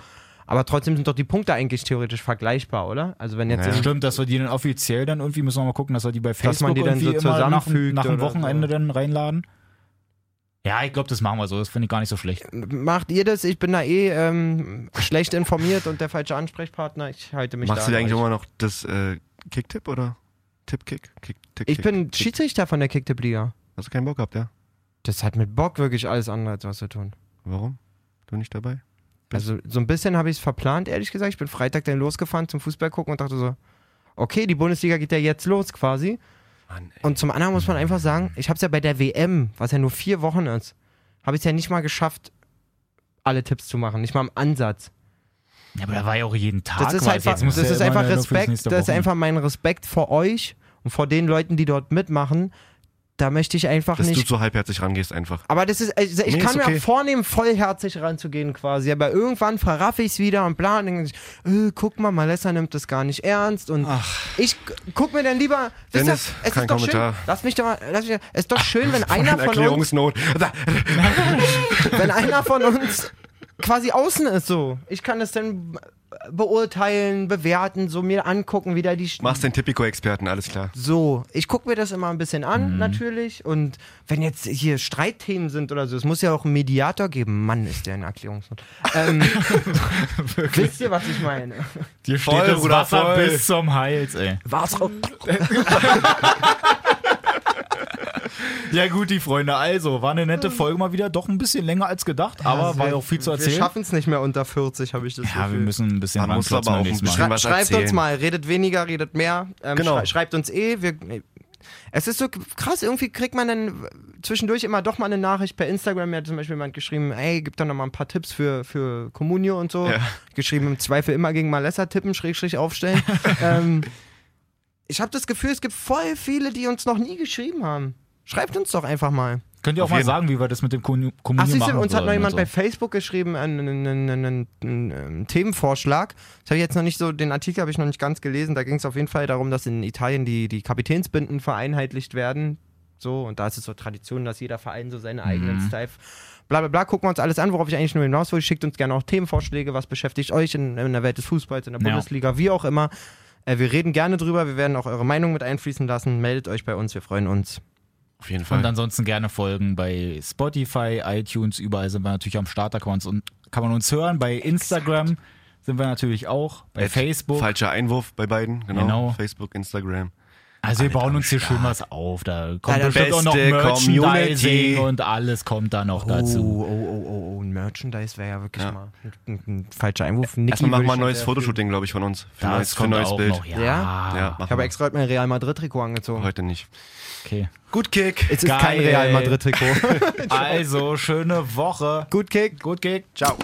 Speaker 4: Aber trotzdem sind doch die Punkte eigentlich theoretisch vergleichbar, oder? Also wenn jetzt.
Speaker 3: Naja.
Speaker 4: in-
Speaker 2: Stimmt, dass wir die dann offiziell dann irgendwie, müssen wir mal gucken, dass wir die bei Facebook
Speaker 4: man die dann
Speaker 2: irgendwie
Speaker 4: so
Speaker 2: immer nach,
Speaker 4: zusammenfügt
Speaker 2: nach dem
Speaker 4: oder
Speaker 2: Wochenende
Speaker 4: so.
Speaker 2: dann reinladen. Ja, ich glaube, das machen wir so. Das finde ich gar nicht so schlecht.
Speaker 4: Macht ihr das? Ich bin da eh ähm, schlecht informiert und der falsche Ansprechpartner. Ich halte mich
Speaker 3: Machst
Speaker 4: da
Speaker 3: du dir
Speaker 4: an
Speaker 3: eigentlich
Speaker 4: euch.
Speaker 3: immer noch das äh, Kicktipp oder Tippkick? Kick, Tipp,
Speaker 4: Ich
Speaker 3: Kick,
Speaker 4: bin
Speaker 3: Kick.
Speaker 4: Schiedsrichter von der Kicktipp-Liga.
Speaker 3: Hast du keinen Bock gehabt, ja?
Speaker 4: Das hat mit Bock wirklich alles andere als was zu tun.
Speaker 3: Warum? Du nicht dabei?
Speaker 4: Also so ein bisschen habe ich es verplant, ehrlich gesagt. Ich bin Freitag dann losgefahren zum Fußball gucken und dachte so, okay, die Bundesliga geht ja jetzt los quasi.
Speaker 3: Mann, ey.
Speaker 4: Und zum anderen muss man einfach sagen, ich habe es ja bei der WM, was ja nur vier Wochen ist, habe ich es ja nicht mal geschafft, alle Tipps zu machen, nicht mal im Ansatz.
Speaker 2: Ja, aber da war ja auch jeden Tag.
Speaker 4: Das ist
Speaker 2: was.
Speaker 4: einfach,
Speaker 2: Ah, Jetzt musst du
Speaker 4: das
Speaker 2: ja
Speaker 4: ist
Speaker 2: immer
Speaker 4: einfach
Speaker 2: nur fürs
Speaker 4: Respekt,
Speaker 2: nächste
Speaker 4: das ist
Speaker 2: Wochenende.
Speaker 4: einfach mein Respekt vor euch und vor den Leuten, die dort mitmachen. Da möchte ich einfach
Speaker 3: Dass du
Speaker 4: nicht.
Speaker 3: zu halbherzig rangehst einfach.
Speaker 4: Aber das ist, also ich
Speaker 3: Nee,
Speaker 4: kann
Speaker 3: ist
Speaker 4: mir
Speaker 3: okay.
Speaker 4: vornehmen, vollherzig ranzugehen quasi. Aber irgendwann verraff ich es wieder und bla. Und dann denk ich, äh, guck mal, Malessa nimmt das gar nicht ernst. Und ich g- guck mir dann lieber. wisst ihr,
Speaker 3: Dennis,
Speaker 4: es
Speaker 3: kein
Speaker 4: ist doch
Speaker 3: Kommentar.
Speaker 4: schön. Lass mich doch mal. Lass mich, es ist doch schön, wenn einer von uns,
Speaker 3: Erklärungsnot.
Speaker 4: wenn einer von uns quasi außen ist so. Ich kann es dann be- beurteilen, bewerten, so mir angucken, wie da die Sch-
Speaker 3: Machst den Tipico-Experten, alles klar.
Speaker 4: So, ich gucke mir das immer ein bisschen an,
Speaker 2: Mhm.
Speaker 4: natürlich. Und wenn jetzt hier Streitthemen sind oder so, es muss ja auch einen Mediator geben. Mann, ist der in Erklärungsnot. Ähm, wisst ihr, was ich meine?
Speaker 2: Dir
Speaker 3: Voll,
Speaker 2: steht das
Speaker 3: Bruder,
Speaker 2: Wasser
Speaker 3: voll.
Speaker 2: bis zum Hals, ey.
Speaker 4: War's auch.
Speaker 2: Ja gut, die Freunde, also, war eine
Speaker 4: Hm.
Speaker 2: nette Folge mal wieder, doch ein bisschen länger als gedacht, aber war ja auch viel zu
Speaker 4: Wir
Speaker 2: erzählen.
Speaker 4: schaffen es nicht mehr unter 40, habe ich das
Speaker 2: Ja, wir
Speaker 4: Gefühl.
Speaker 2: müssen ein bisschen
Speaker 3: Man muss
Speaker 2: ranklotzen
Speaker 3: aber
Speaker 2: beim
Speaker 3: auch ein
Speaker 2: nächsten
Speaker 3: bisschen-
Speaker 2: Mal.
Speaker 4: Schrei-
Speaker 3: was
Speaker 4: schreibt
Speaker 3: erzählen.
Speaker 4: uns mal, redet weniger, redet mehr. Ähm,
Speaker 3: Genau.
Speaker 4: schrei- Schreibt uns eh. Wir, es ist so krass, irgendwie kriegt man dann zwischendurch immer doch mal eine Nachricht per Instagram. Mir hat zum Beispiel jemand geschrieben, ey, gib doch noch mal ein paar Tipps für, für Communio und so.
Speaker 3: Ja.
Speaker 4: Geschrieben, im Zweifel immer gegen Malessa tippen, Schrägstrich aufstellen. ähm, ich habe das Gefühl, es gibt voll viele, die uns noch nie geschrieben haben. Schreibt uns doch einfach mal.
Speaker 2: Könnt ihr auch
Speaker 3: Auf
Speaker 2: mal
Speaker 3: jeden-
Speaker 2: sagen, wie wir das mit dem Kommun
Speaker 4: Ach,
Speaker 2: Kommunier
Speaker 4: siehst
Speaker 2: machen
Speaker 4: du, uns hat
Speaker 2: sollen
Speaker 4: noch
Speaker 2: und
Speaker 4: jemand
Speaker 2: so.
Speaker 4: bei Facebook geschrieben, einen, einen, einen, einen, einen, ähm, Themenvorschlag. Das habe ich jetzt noch nicht so, den Artikel habe ich noch nicht ganz gelesen. Da ging es auf jeden Fall darum, dass in Italien die, die Kapitänsbinden vereinheitlicht werden. So, und da ist es so Tradition, dass jeder Verein so seinen
Speaker 2: Mhm.
Speaker 4: eigenen Style. Bla bla bla, gucken wir uns alles an, worauf ich eigentlich nur hinaus will. Schickt uns gerne auch Themenvorschläge, was beschäftigt euch in, in der Welt des Fußballs, in der
Speaker 2: Ja.
Speaker 4: Bundesliga, wie auch immer. Äh, wir reden gerne drüber, wir werden auch eure Meinung mit einfließen lassen. Meldet euch bei uns, wir freuen uns.
Speaker 3: Auf jeden Fall.
Speaker 2: Und ansonsten gerne folgen bei Spotify, iTunes, überall sind wir natürlich am Start, da kann man uns, un- kann man uns hören. Bei Instagram sind wir natürlich auch, bei
Speaker 3: At
Speaker 2: Facebook.
Speaker 3: Falscher Einwurf bei beiden, genau.
Speaker 2: Genau.
Speaker 3: Facebook, Instagram.
Speaker 2: Also wir bauen uns hier schön was auf, da kommt
Speaker 4: Alter,
Speaker 2: bestimmt auch noch
Speaker 3: beste
Speaker 2: Merchandising
Speaker 3: Community.
Speaker 2: und alles kommt da noch dazu.
Speaker 4: Oh, oh, oh, oh, ein Merchandise wäre ja wirklich mal ein, ein, ein falscher Einwurf. Niki
Speaker 3: Erstmal machen
Speaker 4: würde
Speaker 3: wir
Speaker 4: ich
Speaker 3: ein
Speaker 4: ja
Speaker 3: neues
Speaker 4: sehr
Speaker 3: Fotoshooting, glaube ich, von uns. Für
Speaker 2: Das
Speaker 3: neues, für
Speaker 2: kommt
Speaker 3: neues
Speaker 2: auch
Speaker 3: Bild.
Speaker 2: noch, ja.
Speaker 4: Ja?
Speaker 3: Ja,
Speaker 4: viel-
Speaker 3: machen
Speaker 4: Ich habe
Speaker 3: wir.
Speaker 4: extra heute mein Real Madrid-Trikot angezogen.
Speaker 3: Heute nicht.
Speaker 2: Okay.
Speaker 3: Gut, Kick.
Speaker 4: Es ist
Speaker 2: Geil.
Speaker 4: kein Real Madrid-Trikot.
Speaker 2: Also, schöne Woche.
Speaker 4: Gut Kick.
Speaker 2: Gut Kick.
Speaker 4: Ciao.